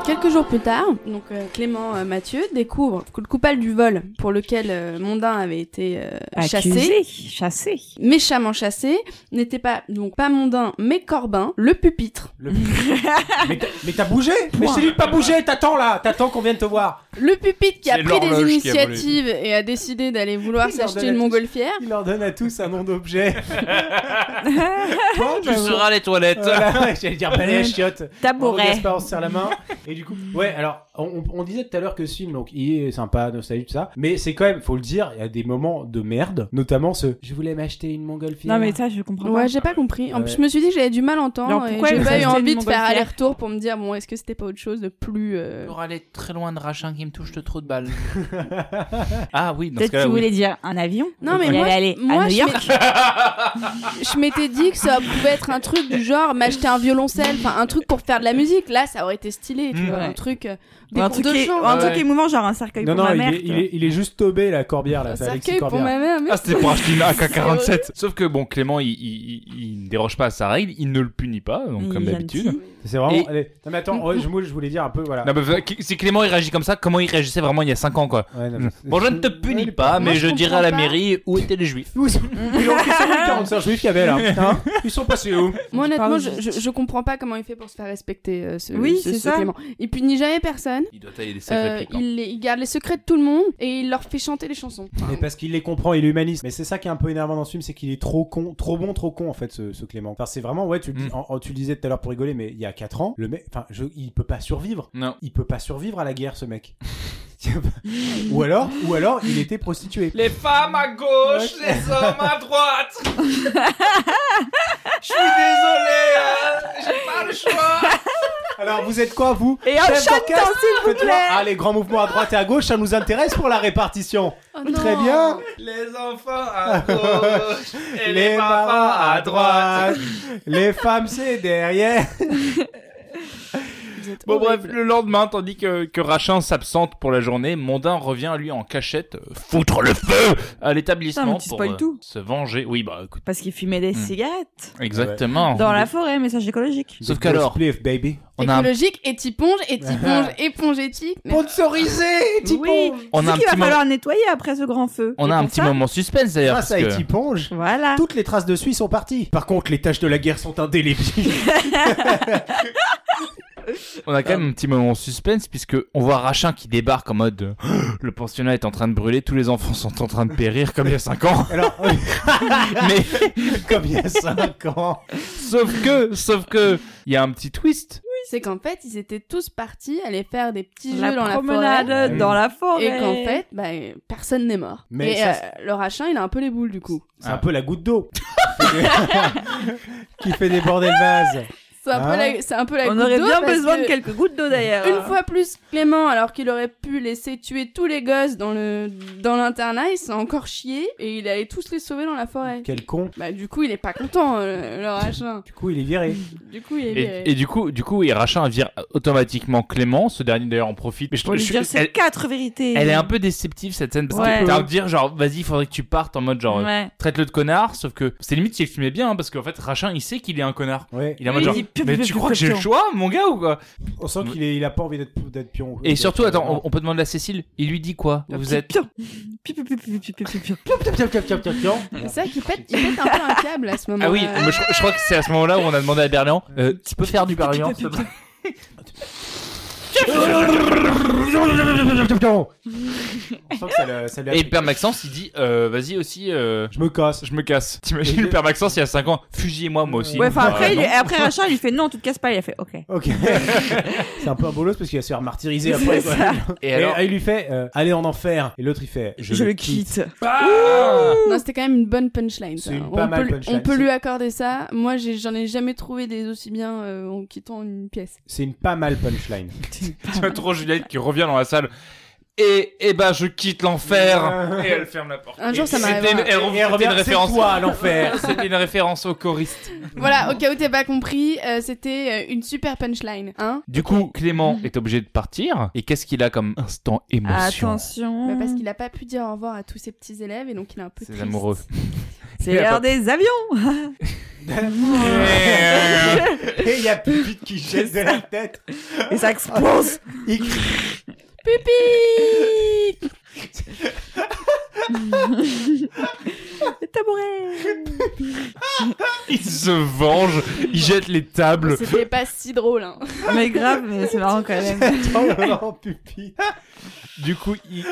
Quelques jours plus tard, donc euh, Clément euh, Mathieu découvre que le coupable du vol pour lequel euh, Mondain avait été euh, chassé,
Accusé, chassé.
méchamment chassé, n'était pas donc pas Mondain mais Corbin, le pupitre.
Le mais t'as- mais t'as bougé Mais c'est lui de pas bouger, t'attends là, t'attends qu'on vienne te voir.
Le pupitre qui a
C'est
pris des
l'horloge qui a volé.
initiatives et a décidé d'aller vouloir
Il
s'acheter
ordonne à
une
tous.
montgolfière.
Il leur donne à tous un nom d'objet. Bon,
Tu seras à les toilettes.
Voilà, j'allais dire balai, chiotte. André
Tabouret.
Oh, Gaspard, on se serre la main. Et du coup, ouais, alors, on, on- on disait tout à l'heure que ce film, donc, il est sympa, nostalgique, tout ça. Mais c'est quand même, faut le dire, il y a des moments de merde. Notamment ce, je voulais m'acheter une montgolfière.
Non, mais ça, je comprends
Ouais,
pas.
j'ai pas compris. En
Ouais.
plus, je me suis dit que j'avais du mal à entendre.
Alors,
et
pourquoi
j'ai
il vous
pas eu
a acheté
envie
une
de faire
montgolfière
aller-retour pour me dire bon, est-ce que c'était pas autre chose de plus euh,
Pour aller très loin de Rachin qui me touche de trop de balles. ah oui, dans ce
Peut-être que
cas-là,
vous
oui.
voulez dire un avion.
Non, mais
Il
moi,
allait aller
moi,
à
je
New York.
je m'étais dit que ça pouvait être un truc du genre m'acheter un violoncelle, enfin un truc pour faire de la musique. Là, ça aurait été stylé,
Mm.
tu vois,
Hmm. Ouais.
un truc, euh, des
Ou un
cours
truc,
de hein.
é-
chant.
ou un
Ouais.
truc émouvant, genre un cercueil
non,
pour
non,
ma
il,
mère.
est, il
quoi.
est- il est juste tobé, la corbière, là.
Un
C'est Alexis
cercueil pour
Corbière.
ma mère. mais-
Ah, c'était pour acheter une
C'est
AK-47. Sauf que bon, Clément, il, il- il- il ne déroge pas à sa règle, il ne le punit pas, donc
Il
comme
vient de
d'habitude.
dire.
C'est vraiment.
Et-
allez. Non, mais attends, ouais, je, moi, je voulais dire un peu, voilà.
Ah. Non, mais si Clément il réagit comme ça, comment il réagissait vraiment il y a 5 ans quoi
Ouais, non, mais-
Bon, je ne te punis pas, mais
Moi, je
je dirai à la
comprends pas.
mairie où étaient les juifs.
Où sont- Ils ont fait 45 juifs qu'il y avait là. hein Ils sont passés où
Moi,
Tu
honnêtement,
parles
je, je, je comprends pas comment il fait pour se faire respecter euh, ce,
Oui,
ce-
c'est
ce
ça.
Clément. Il punit jamais personne.
Il doit tailler des hein.
euh, il, les- il garde les secrets de tout le monde et il leur fait chanter les chansons.
Ah.
Mais parce qu'il les comprend, il est humaniste. Mais c'est ça qui est un peu énervant dans ce film, c'est qu'il est trop con, trop bon, trop con en fait, ce, ce Clément. Enfin, c'est vraiment, ouais, tu le, dis-
Mm.
en- en- tu le disais tout à l'heure pour rigoler, mais il y a 4 ans, le mec, enfin, je- il peut pas survivre.
Non.
Il peut pas survivre à la guerre, ce mec. ou alors, ou alors, il était prostitué.
Les femmes à gauche,
Ouais.
les hommes à droite. Je suis désolé, hein. j'ai pas le choix.
Alors, vous êtes quoi, vous
Et un
Chef
chanteur,
d'orchestre
s'il vous
Faites-moi-
plaît.
Ah, les grands mouvements à droite et à gauche, ça nous intéresse pour la répartition.
Oh non.
Très bien.
Les enfants à gauche et
les papas à droite, les femmes c'est derrière.
Vous êtes
Bon bref,
horrible.
le lendemain, tandis que, que Rachin s'absente pour la journée, Mondain revient lui en cachette, euh, foutre le feu à
Putain,
l'établissement
mais tu
pour euh,
spoil tout.
se venger. Oui, bah écoute,
Parce qu'il fumait des
Mmh.
Hmm.
cigarettes.
exactement.
Dans la forêt, message écologique.
Sauf
Des
qu'alors-
gros spliffs, baby.
On a un,
Écologique, étiponge, étiponge, éponge éthique. Mais-
Sponsorisé,
Oui,
On
c'est
a un
qu'il va
petit moment-
falloir nettoyer après ce grand feu.
on
Et
a un
pour
petit
ça,
moment suspense d'ailleurs.
Ah,
Grâce à
parce que-
Étiponge,
Voilà.
toutes les traces de suie sont parties. Par contre, les taches de la guerre sont indélébiles.
On a quand même un petit moment en suspense puisque on voit Rachin qui débarque en mode euh, le pensionnat est en train de brûler, tous les enfants sont en train de périr comme il y a 5 ans.
Alors,
Mais
comme il y a 5 ans.
sauf que sauf que il y a un petit twist.
C'est qu'en fait, ils étaient tous partis aller faire des petits
la
jeux dans
promenade
la
forêt.
dans la forêt.
forêt. Et qu'en fait, bah, euh, personne n'est mort.
Mais
et
ça,
euh, le rachin, il a un peu les boules du coup.
Ah
C'est un peu la goutte d'eau. qui fait déborder le vase.
C'est un, peu
Ah.
la- c'est un peu la
on
bah, goutte
aurait
d'eau
bien
parce
besoin de
que-
quelques gouttes d'eau d'ailleurs.
Une fois plus, Clément, alors qu'il aurait pu laisser tuer tous les gosses dans le dans l'internat, il s'est encore chié et il allait tous les sauver dans la forêt.
Quel con.
Bah du coup, il est pas content, euh, le, rachin.
Du coup, il est viré.
Du coup, il est viré.
Et, et du coup, du coup, et Rachin vire automatiquement Clément, ce dernier d'ailleurs en profite. Mais je
pour
trouve
lui
je-
dire
elle,
c'est quatre vérités.
elle est un peu déceptive cette scène parce
Ouais.
que t'as à me dire genre vas-y, il faudrait que tu partes en mode genre euh,
Ouais.
traite-le de connard, sauf que c'est limite si le film est bien hein, parce qu'en fait Rachin, il sait qu'il est un connard.
Ouais.
Il est en
Oui,
mode genre
il dit,
mais
puf,
tu
puf,
crois que
puf,
j'ai le
pif.
choix mon gars ou quoi
On sent qu'il est, il a pas envie d'être, d'être pion.
Et surtout attends, on, on peut demander à Cécile, il lui dit quoi Vous êtes
Pion. Pion, pion, pion, pion, pion, pion, pion.
C'est ça qu'il pète, il pète un peu un câble à ce moment-là.
Ah oui, mais je, je crois que c'est à ce moment-là où on a demandé à Berlian, euh, tu peux faire du Berlian s'il te plaît
on sent que ça, le- ça lui a
Et
pris.
le père Maxence, il dit, euh, vas-y aussi, euh,
Je me casse.
je me casse. T'imagines le père Maxence il y a 5 ans, fusillez-moi moi aussi.
Ouais, enfin après,
Euh,
il-
non.
après Rachin, il lui fait non, tu te casses pas. Il a fait ok.
Ok. c'est un peu un bolos parce qu'il va se faire martyriser après. quoi.
Et
Et
alors,
ah, il lui fait euh, aller en enfer. Et l'autre il fait
Je, le quitte.
ah, euh,
Non, c'était quand même une bonne punchline. ça.
C'est une
on,
pas
peut,
mal
lui-
punchline,
on peut
c'est-
lui accorder ça. Moi, j'ai- j'en ai jamais trouvé des aussi bien euh, en quittant une pièce.
C'est une pas mal punchline.
tu vois trop Juliette qui revient dans la salle. Et, et ben, je quitte l'enfer. Et elle ferme la porte.
Un jour,
Et
ça
c'était
m'arrivera.
une- Elle,
Et elle
c'était une
revient, c'est
référence.
toi à l'enfer.
C'était une référence au choriste.
Voilà, au cas où t'as pas compris, euh, c'était euh, une super punchline, hein
Du coup, Clément est obligé de partir. Et qu'est-ce qu'il a comme instant émotion
Attention.
Bah, parce qu'il a pas pu dire au revoir à tous ses petits élèves et donc il est un peu
Ses
triste.
amoureux.
C'est l'heure des avions.
Et il y a Pépite qui jette de la tête.
Et ça explose.
Il crie.
Pipi
Le tabouret.
Il se venge. Il jette les tables.
C'était pas si drôle, hein.
Mais grave, mais c'est marrant quand même.
Oh, Pépite.
Du coup, ils,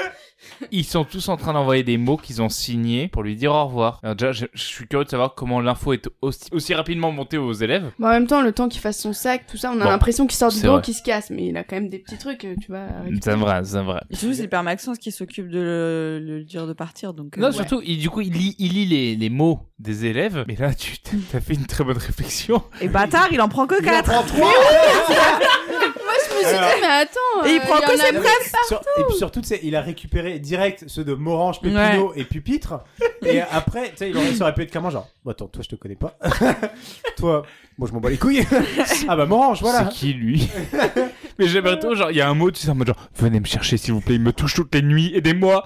ils sont tous en train d'envoyer des mots qu'ils ont signés pour lui dire au revoir. Alors déjà, je, je suis curieux de savoir comment l'info est aussi, aussi rapidement montée aux élèves.
Bon, en même temps, le temps qu'il fasse son sac, tout ça, on a
Bon,
l'impression qu'il sort du
c'est
bureau,
vrai.
qu'il se casse, mais il a quand même des petits trucs, euh, tu vois. à récupérer.
C'est vrai, c'est vrai.
Et surtout, c'est le père Maxence qui s'occupe de le, le dire de partir. Donc, euh,
Non,
ouais.
surtout, il, du coup, il lit, il lit les, les mots des élèves. Mais là, tu t'as- t'as fait une très bonne réflexion.
Et bâtard, il en prend que
Il en
4.
prend trois.
Je me suis dit, mais attends. euh,
Et il prend que ses
Bah
prêts
Ah Sur- et puis surtout, tu sais, il a récupéré direct ceux de Morange, Pépino et Pupitre. Et après, tu sais, il aurait, ça aurait pu être clairement genre, Bon, attends, toi, je te connais pas. toi, moi, je m'en bats les couilles. ah bah, Morange, voilà.
C'est qui lui Mais j'aimerais trop, genre, il y a un mot, tu sais, en mode genre, venez me chercher s'il vous plaît, il me touche toutes les nuits, aidez-moi.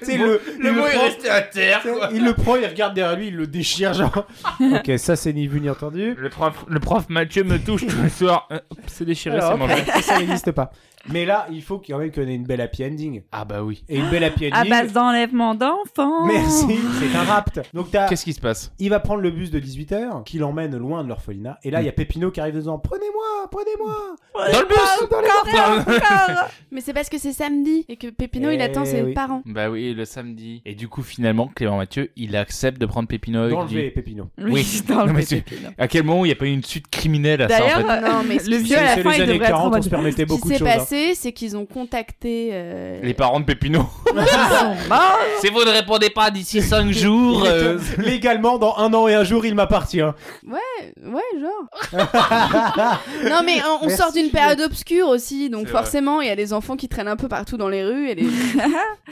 Tu sais, le, il le prend,
à terre,
tu sais, il le prend, il regarde derrière lui, il le déchire, genre. ok, ça, c'est ni vu ni entendu.
Le prof, le prof Mathieu me touche tous les soirs. Euh, hop, C'est déchiré,
Alors,
c'est
hop,
mangé.
ça n'existe pas. Mais là, il faut quand même qu'on ait une belle happy ending.
Ah bah oui.
Et une belle happy ending.
À
bah,
base d'enlèvement d'enfants.
Merci, c'est un rapt. Donc t'as,
Ah. Qu'est-ce qui se passe
il va prendre le bus de 18h qui l'emmène loin de l'orphelinat. Et là, il
Mm.
y a Pépino qui arrive en disant Prenez-moi, prenez-moi
Dans le bus
Encore, encore.
Mais c'est parce que c'est samedi et que Pépino, il
Eh
attend ses
oui.
parents.
Bah oui, le samedi. Et du coup, finalement, Clément Mathieu, il accepte de prendre Pépino avec
D'enlever
lui.
Pépino.
Oui.
Oui, dans
Non,
le
mais c'est- À quel moment il n'y a pas eu une suite criminelle à ça en
D'ailleurs,
fait
euh,
Non, mais
le vieux à la
C'est
fin,
les
il
années
devrait être en
40, on se
mode.
permettait
Ce qui
beaucoup de
s'est
choses.
hein.
hein.
passé, c'est qu'ils ont contacté. euh,
Les parents de Pépino. si vous ne répondez pas d'ici 5 jours. euh,
hein. Légalement, dans un an et un jour, il hein. m'appartient.
Ouais, genre. non, mais on, on
Merci,
sort d'une
Juliette.
période obscure aussi, donc
C'est vrai.
forcément, il y a des enfants qui traînent un peu partout dans les rues. Et les...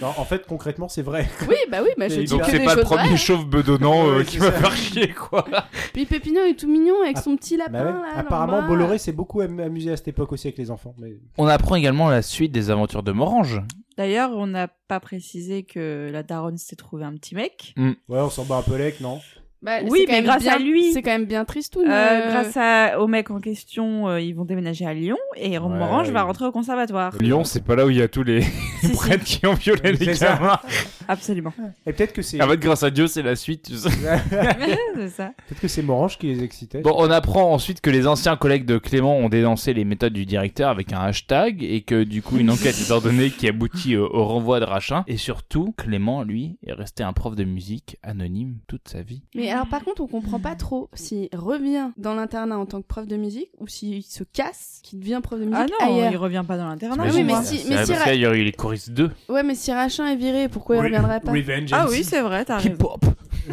Non, en fait, concrètement, c'est vrai.
oui, bah oui, bah je
Mais
dis
Donc
que
c'est
des
pas le
choses
premier
vraies.
chauve bedonnant euh,
Ouais,
qui
c'est
va
ça.
faire chier quoi.
Puis Pépino est tout mignon avec
Ah,
son petit lapin.
Bah ouais.
là, dans le
Apparemment,
bras.
Bolloré s'est beaucoup am- amusé à cette époque aussi avec les enfants. Mais...
On apprend également la suite des aventures de Morange.
D'ailleurs, on n'a pas précisé que la daronne s'est trouvée un petit mec.
Ouais, on s'en bat un peu lec, non
Bah,
Oui,
c'est quand
mais
même
grâce
bien-
à lui.
C'est quand même bien triste
Euh, grâce à, au mec en question, euh, ils vont déménager à Lyon et Morange va rentrer au conservatoire.
Lyon, c'est pas là où il y a tous les
Si, si.
prêtres qui ont violé
C'est
les
ça.
gamins.
Absolument.
Et peut-être que c'est
En fait, grâce à Dieu, c'est la suite. tu sais.
c'est ça.
peut-être que c'est Morange qui les excitait.
Bon, on apprend ensuite que les anciens collègues de Clément ont dénoncé les méthodes du directeur avec un hashtag et que du coup une enquête est ordonnée qui aboutit au, au renvoi de Rachin. Et surtout, Clément, lui, est resté un prof de musique anonyme toute sa vie.
Mais alors par contre, on comprend pas trop s'il revient dans l'internat en tant que prof de musique ou s'il se casse, qu'il devient prof de musique
Ah non,
ailleurs.
il revient pas dans l'internat.
oui,
je
T'imagines
mais
crois.
ça
si-
C'est
mais
vrai,
si
parce
Ra-
qu'il y a eu les choristes 2.
Ouais, mais si Rachin est viré, pourquoi il
Re-
reviendrait pas
Revenge.
Ah oui, c'est vrai, t'as raison.
K-pop.
C'est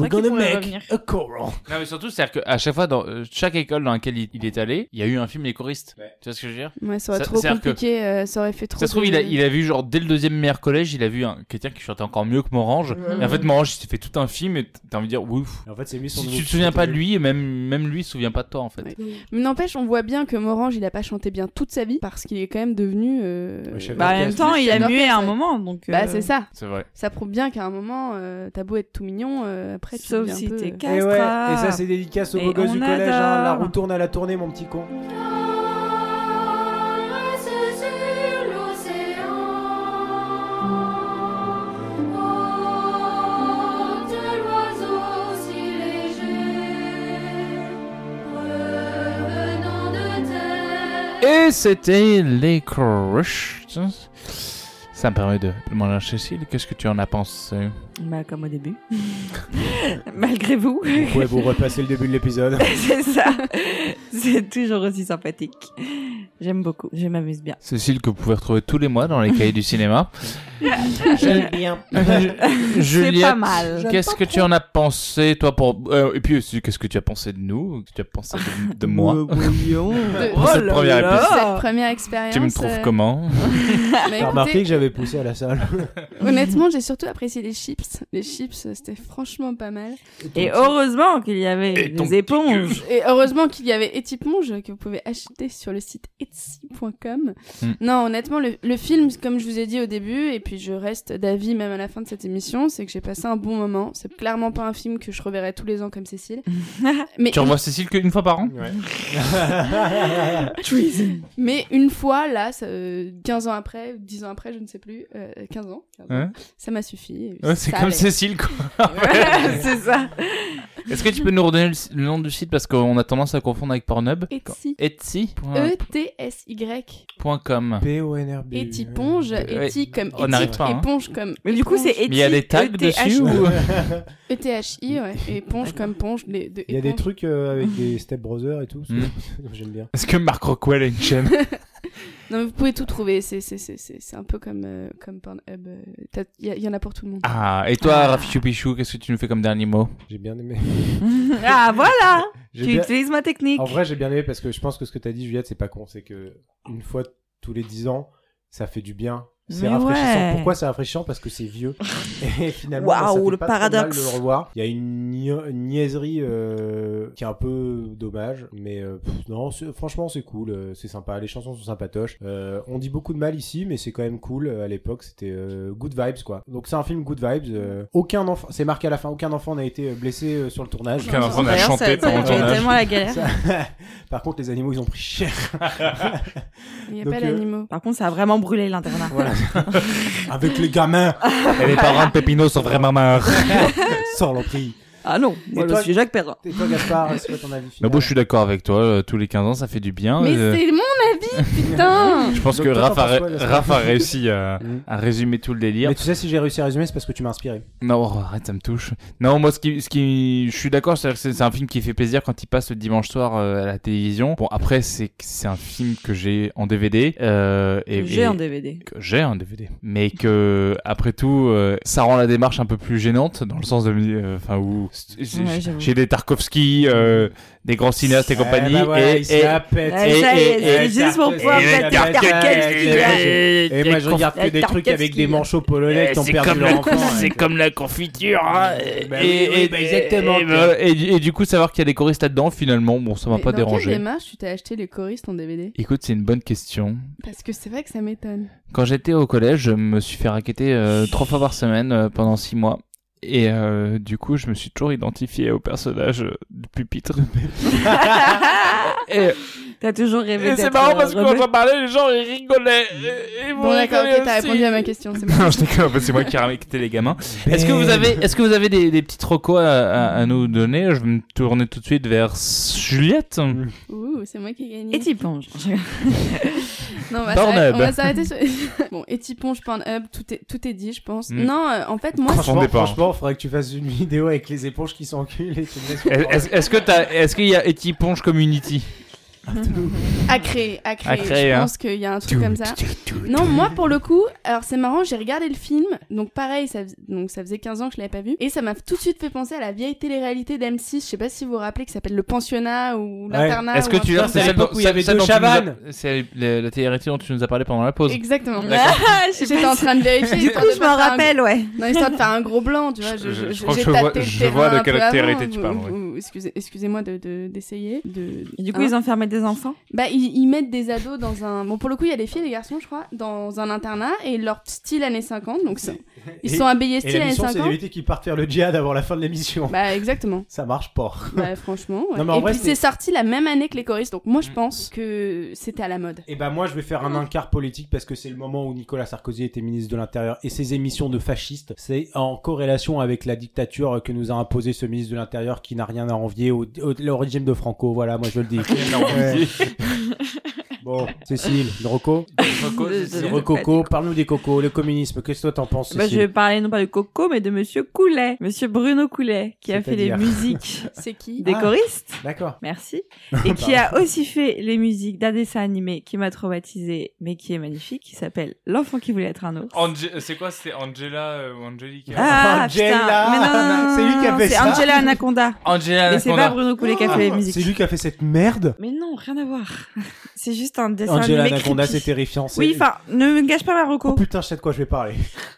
vrai qu'il pourrait revenir.
a coral.
Non, mais surtout, c'est-à-dire qu'à chaque fois, dans euh, chaque école dans laquelle il, il est allé, il y a eu un film Les choristes. Tu vois ce que je veux dire
Ouais, ça aurait
Ça-
trop
c'est-à-dire que-
compliqué, euh, ça aurait fait trop.
Ça se trouve,
de-
il a, il a vu, genre, dès le deuxième meilleur collège, il a vu un, quelqu'un qui chantait encore mieux que Morange. Et en fait, Morange, il s'est fait tout un film et t'as envie de dire, ouf.
En fait, c'est mis son
Si
nouveau
tu te souviens pas de
pseudo.
lui, et même, même lui, il se souvient pas de toi, en fait.
Ouais. Mais n'empêche, on voit bien que Morange, il a pas chanté bien toute sa vie parce qu'il est quand même devenu. euh,
Ouais, chef
Bah, en
Bah,
même temps, il
chef
a mué à un
d'orchestre.
moment, donc.
Bah
euh,
c'est ça.
C'est vrai.
Ça prouve bien qu'à un moment, euh, t'as beau être tout mignon, euh, après tu
Sauf
deviens
si
un peu,
t'es
euh,
Et, ouais,
castra.
et ça, c'est dédicace aux
Et
beaux gosses
on
du collège. hein. La
adore.
roue tourne à la tournée, mon petit con.
Et c'était les Crushs. Ça me permet de demander à Cécile, qu'est-ce que tu en as pensé
Bah, comme au début. Malgré vous.
Vous pouvez vous repasser le début de l'épisode.
c'est ça. C'est toujours aussi sympathique. J'aime beaucoup. Je m'amuse bien.
Cécile que vous pouvez retrouver tous les mois dans les cahiers du cinéma.
J'aime bien.
Juliette,
pas mal. J'aime
qu'est-ce que tu en as pensé, toi, pour... euh, et puis aussi, qu'est-ce que tu as pensé de nous Qu'est-ce que tu as pensé de, de moi Pour cette
Oh
première épisode.
cette première expérience.
Tu me trouves
euh,
comment
bah,
T'as
écoutez,
remarqué que j'avais poussé à la salle.
Honnêtement, j'ai surtout apprécié les chips. Les chips, euh, c'était franchement pas mal.
Et heureusement qu'il y avait
Et ton
des éponges.
Et heureusement qu'il y avait Etsy Ponge que vous pouvez acheter sur le site etsy.com.
Hmm.
Non, honnêtement, le, le film, comme je vous ai dit au début, et puis je reste d'avis même à la fin de cette émission, c'est que j'ai passé un bon moment. C'est clairement pas un film que je reverrai tous les ans comme Cécile. mais,
Tu revois Cécile qu'une fois par an
mais une fois, là, ça, euh, 15 ans après, 10 ans après, je ne sais plus, euh, 15 ans, 15 ans,
Ouais.
ça m'a suffi.
Hein Ouais, C'est
Ça
comme
allait.
Cécile, quoi.
c'est ça.
Est-ce que tu peux nous redonner le, le nom du site parce qu'on a tendance à confondre avec Pornhub
Etsy. Euh. E
Etsy.com.
E-T-S-Y.
P-O-N-R-B.
Etsy Ponge,
Ouais.
Etsy comme
On n'arrive
Etsy,
pas, hein.
éponge comme
Mais du coup,
éponge.
c'est Etsy.
Mais il y a des tags
ETH.
dessus ou...
E ETHI, ouais. Et éponge comme ponge. Les, de
Il y a des
éponge.
trucs euh, avec des Step Brothers et tout. ça- J'aime bien.
Est-ce que Marc Rockwell a une chaîne
Non, mais vous pouvez tout trouver. C'est, c'est, c'est, c'est, c'est un peu comme, euh, comme Pornhub. euh, t'as- Il y, a- il y en a pour tout le monde.
Ah, et toi, Rafi Choupichou, qu'est-ce que tu nous fais comme dernier mot
J'ai bien aimé.
ah, voilà.
J'ai
Tu
bien-
utilises ma technique.
En vrai, j'ai bien aimé parce que je pense que ce que t'as dit, Juliette, c'est pas con. C'est que une fois tous les 10 ans, ça fait du bien. C'est
Mais
rafraîchissant.
ouais.
Pourquoi c'est rafraîchissant Parce que c'est vieux. Et finalement,
Waouh,
ça fait
le
pas trop mal
paradoxe.
de le revoir. Il y a une, nia- une niaiserie euh, qui est un peu dommage, mais euh, pff, non, c'est- franchement, c'est cool, euh, c'est sympa. Les chansons sont sympatoches. Euh, on dit beaucoup de mal ici, mais c'est quand même cool. Euh, À l'époque, c'était euh, good vibes quoi. Donc c'est un film good vibes. euh, aucun enfant, c'est marqué à la fin. Aucun enfant n'a été euh, blessé euh, sur le tournage.
Aucun enfant n'a
D'ailleurs,
chanté
ça- ça
pendant
a
le
été
tournage.
tellement la galère.
Ça- Par contre, les animaux, ils ont pris cher.
Il n'y a
donc,
pas
euh,
d'animaux.
Par contre, ça a vraiment brûlé l'internat.
Voilà. Avec les gamins,
Et les parents de Pépino sont vraiment morts.
sans l'emprise.
Ah non, moi
Et
je
toi-
suis Jacques Perrin.
Et toi, Gaspard, c'est quoi ton avis
Mais
final
bon, je suis d'accord avec toi, euh, tous les 15 ans, ça fait du bien.
Mais
euh,
c'est mon avis, putain!
Je pense
Donc
que
toi,
Raph
t'en
a,
penses quoi, là, ça
Raph a réussi à,
Mm.
à résumer tout le délire.
Mais tu sais, si j'ai réussi à résumer, c'est parce que tu m'as inspiré.
Non, oh, arrête, ça me touche. Non, moi, ce qui, ce qui, je suis d'accord, c'est-à-dire que c'est c'est un film qui fait plaisir quand il passe le dimanche soir euh, à la télévision. Bon, après, c'est c'est un film que j'ai en DVD. euh, et,
J'ai
et-
un DVD.
que j'ai un DVD, mais que après tout, euh, ça rend la démarche un peu plus gênante dans le sens de, euh, enfin où j'ai
Ouais, j'avoue.
j'ai des Tarkovsky, euh, des grands cinéastes
Ah, bah
et compagnie,
Eh ben
et, et,
Ouais,
Et-
ça y
et-
est,
et-
c'est juste pour
et-
pouvoir
et-
mettre
et-
Tarkovsky.
Eh, et- et- et moi, je regarde que des
Tarkovsky.
trucs avec des manchots
Eh,
polonais qui ont perdu leur enfant. hein.
Eh, la confiture.
hein, Bah oui, et- oui, et- bah exactement.
Et, voilà, et du- et du coup, savoir qu'il y a des choristes là-dedans, finalement, bon, ça m'a
Mais
pas
dans quelle
dérangé.
démarche tu t'es acheté les choristes en DVD?
Écoute, c'est une bonne question.
Parce que c'est vrai que ça m'étonne.
Quand j'étais au collège, je me suis fait raqueter euh, trois fois par semaine euh, pendant six mois. Et euh, du coup, je me suis toujours identifié au personnage euh, du pupitre. et,
T'as toujours rêvé
Et c'est
d'être,
marrant
euh,
parce que quand
rebelle.
j'en parlais, les gens ils rigolaient. Et- et vous
Bon, d'accord,
rigolez
ok, t'as
aussi.
répondu à ma question. c'est bon.
Non, je déconne, c'est moi qui ramectais les gamins. Est-ce que
Eh.
vous avez, est-ce que vous avez des, des petites recos à, à- à nous donner Je vais me tourner tout de suite vers Juliette.
Ouh, c'est moi qui ai gagné.
Et t'y plonges.
Non, on va
Pornhub.
s'arrêter- on va s'arrêter sur... bon, étiponge, Pornhub, tout est, tout est dit, je pense.
Mm.
Non, euh, en fait, moi,
Franchement,
Confondez pas.
franchement, faudrait que tu fasses une vidéo avec les éponges qui s'enculent et tu me laisses. sur le
Est-ce, est-ce que t'as, est-ce qu'il y a Etiponge Community
à créer, à créer,
À créer,
je
hein.
pense qu'il y a un truc comme ça. Non, moi, pour le coup, alors c'est marrant, j'ai regardé le film, donc pareil, ça, fais- donc, ça faisait 15 ans que je l'avais pas vu, et ça m'a tout de suite fait penser à la vieille télé-réalité d'M6, je sais pas si vous vous rappelez, qui s'appelle Le Pensionnat ou L'Internat.
Est-ce que
ou un
tu
truc
l'as-
as
comme
c'est
ça.
celle l'époque où il y avait deux chavannes.
C'est la, la télé-réalité dont tu nous as parlé pendant la pause.
Exactement.
D'accord.
Ah,
J'étais en train de vérifier.
Du
histoire
coup,
de
je
pas
m'en
faire un
rappelle, ouais.
Non, histoire de faire un gros blanc, tu vois.
Je-
Je,
je-
je,
je crois que
j'ai
je vois-
tâté le
je
terrain
vois de
un peu
quelle
avant,
télé-réalité tu
ou-
parles, ouais.
ou- excusez- Excusez-moi de- de- d'essayer. De,
Et du coup,
Ah.
hein.
ils enfermaient des enfants.
Bah, ils, ils mettent des ados dans un. Bon, pour le coup, il y a des filles et des garçons, je crois, dans un internat et leur style années 50. Donc, c'est- ils
Et-
sont habillés
Et
style
la
années
mission, c'est
50.
d'éviter qu'ils partent faire le djihad avant la fin de l'émission.
Bah, exactement.
Ça marche pas.
Bah, franchement. ouais.
Non, mais en
et
vrai,
puis,
c'est- Mm.
c'est sorti la même année que les choristes. Donc, moi, je pense que c'était à la mode.
Et ben moi je vais faire
Mmh.
un encart politique parce que c'est le moment où Nicolas Sarkozy était ministre de l'Intérieur et ses émissions de fascistes, c'est en corrélation avec la dictature que nous a imposé ce ministre de l'Intérieur qui n'a rien à envier au, au- au régime de Franco, voilà, moi je le dis. Ouais. Bon, Cécile, le roco, le rococo, parle-nous des cocos, le communisme, qu'est-ce que toi t'en penses
Bah, je vais
Cécile
parler non pas de Coco, mais de Monsieur Coulet. Monsieur Bruno Coulet, qui a fait les
C'est-à-dire
musiques
C'est qui
des
Ah.
choristes.
D'accord.
Merci. Et qui a aussi fait les musiques d'un dessin animé qui m'a traumatisé, mais qui est magnifique, qui s'appelle L'enfant qui voulait être un ours.
c'est quoi C'est Angela euh, ou Angelica
Ah,
Angela.
putain, mais non, non, non, non,
C'est lui qui a
non,
fait
c'est
ça. Ah,
Angela Anaconda.
Angela
Mais c'est
Anaconda.
pas Bruno Coulet qui a fait les
C'est
musiques.
lui qui a fait cette merde
Mais non, rien à voir. C'est juste un dessin animé.
Angela Anaconda,
creepy.
c'est terrifiant. c'est-
Oui, enfin, ne me gâche pas ma
Oh
reco.
putain, je sais de quoi je vais parler.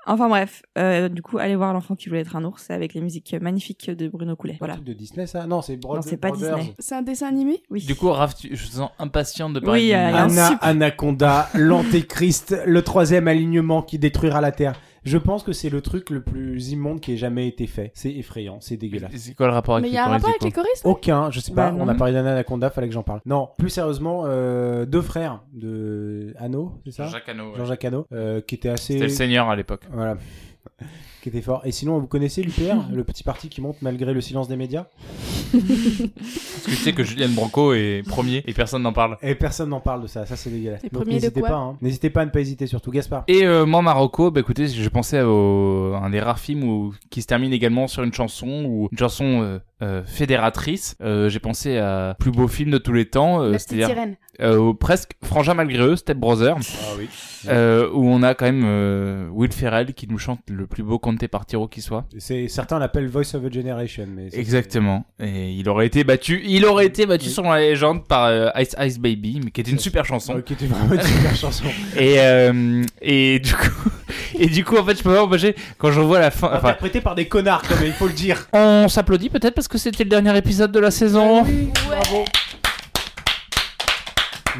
Enfin bref, euh, du coup, allez voir l'enfant qui voulait être un ours avec les musiques magnifiques de Bruno Coulet.
Un
Voilà.
truc de Disney ça Non, c'est Brothers.
Non, c'est pas Disney.
C'est un dessin animé
Oui.
Du coup, Raph, tu- je te sens impatiente de
Oui,
parler. de-
euh, il y a un
Anna
sup-
Anaconda, l'antéchrist, le troisième alignement qui détruira la Terre. Je pense que c'est le truc le plus immonde qui ait jamais été fait. C'est effrayant, c'est dégueulasse.
C'est quoi le rapport avec
Mais il y
les
a un
choristes,
rapport
du
avec les
coup
choristes
Aucun, je sais pas,
Bah,
on
non.
a parlé d'Anna Anaconda, fallait que j'en parle. Non, plus sérieusement, euh, deux frères de Hano, c'est ça
Jacques Hano, ouais.
Jean-Jacques Hano, euh, qui était assez...
C'était le seigneur à l'époque.
Voilà. qui était fort. Et sinon, vous connaissez l'UPR, le petit parti qui monte malgré le silence des médias
Parce que tu sais que Julien Branco est premier et personne n'en parle.
Et personne n'en parle de ça, ça c'est dégueulasse.
Et
Donc
premier de
n'hésitez
quoi
pas, hein. n'hésitez pas à ne pas hésiter, surtout Gaspard.
Et euh, moi, Marocco, bah écoutez, je pensais au un des rares films où, qui se termine également sur une chanson ou une chanson euh, euh, fédératrice. Euh, J'ai pensé à plus beau film de tous les temps, euh,
La petite
c'est-à-dire
sirène.
euh, au presque Frangin malgré eux, Step Brother,
Ah oui.
euh, où on a quand même euh, Will Ferrell qui nous chante le plus beau Conte Partiro qui soit.
C'est certains l'appellent Voice of a Generation, mais c'est-
Exactement. Et il aurait été battu, il aurait été battu
Oui. ah
sur la légende par euh, Ice Ice Baby, mais qui était une super chanson.
Ok, t'es vraiment une super chanson.
Et, euh, et du coup, et du coup, en fait, je peux pas m'empêcher quand je revois la fin. Enfin,
Interprétée par des connards, quand même, il faut le dire.
on s'applaudit peut-être parce que c'était le dernier épisode de la saison.
Ah Bravo.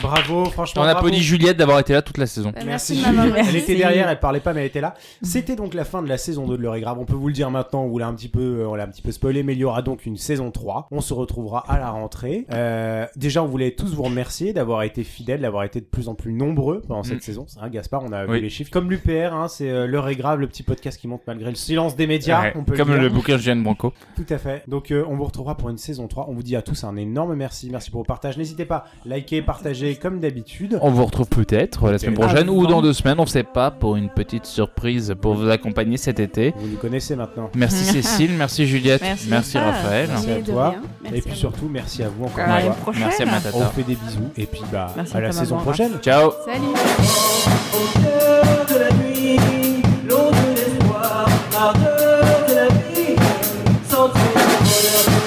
Bravo, franchement.
On
bravo.
applaudit Juliette d'avoir été là toute la saison.
Bah, Merci de m'avoir
Juliette.
reçu.
Elle était
Merci.
derrière, elle parlait pas, mais elle était là. C'était donc la fin de la saison 2 de L'heure est grave. On peut vous le dire maintenant, on vous l'a un petit peu, euh, on l'a un petit peu spoilé, mais il y aura donc une saison 3. On se retrouvera à la rentrée. Euh, déjà, on voulait tous vous remercier d'avoir été fidèles, d'avoir été de plus en plus nombreux pendant cette
Mm.
saison. Hein, Gaspard, on a
Oui.
vu les chiffres. Comme l'UPR, hein, c'est euh, L'heure est grave, le petit podcast qui monte malgré le silence des médias.
Ouais,
on peut
comme
le, dire.
le bouquin de Julianne Branco.
Tout à fait. Donc euh, on vous retrouvera pour une saison 3. On vous dit à tous un énorme merci. Merci pour vos partages. N'hésitez pas, liker, partager comme d'habitude.
On vous retrouve peut-être la semaine prochaine
Ah,
ou dans
non.
deux semaines, on sait pas, pour une petite surprise pour vous accompagner cet été.
Vous nous connaissez maintenant.
Merci Cécile, merci Juliette,
Merci.
merci
Ah,
Raphaël,
Merci
Mais
à
de
toi.
rien. Merci
et
à
puis
vous.
surtout, merci à vous encore
À la
une fois.
prochaine.
merci à
On vous
Matata.
fait des bisous et puis bah
Merci
à la
à ta
saison
maman,
prochaine.
Ciao.
Salut.
L'eau de l'espoir, ardeur de la vie, sentiment de bonheur.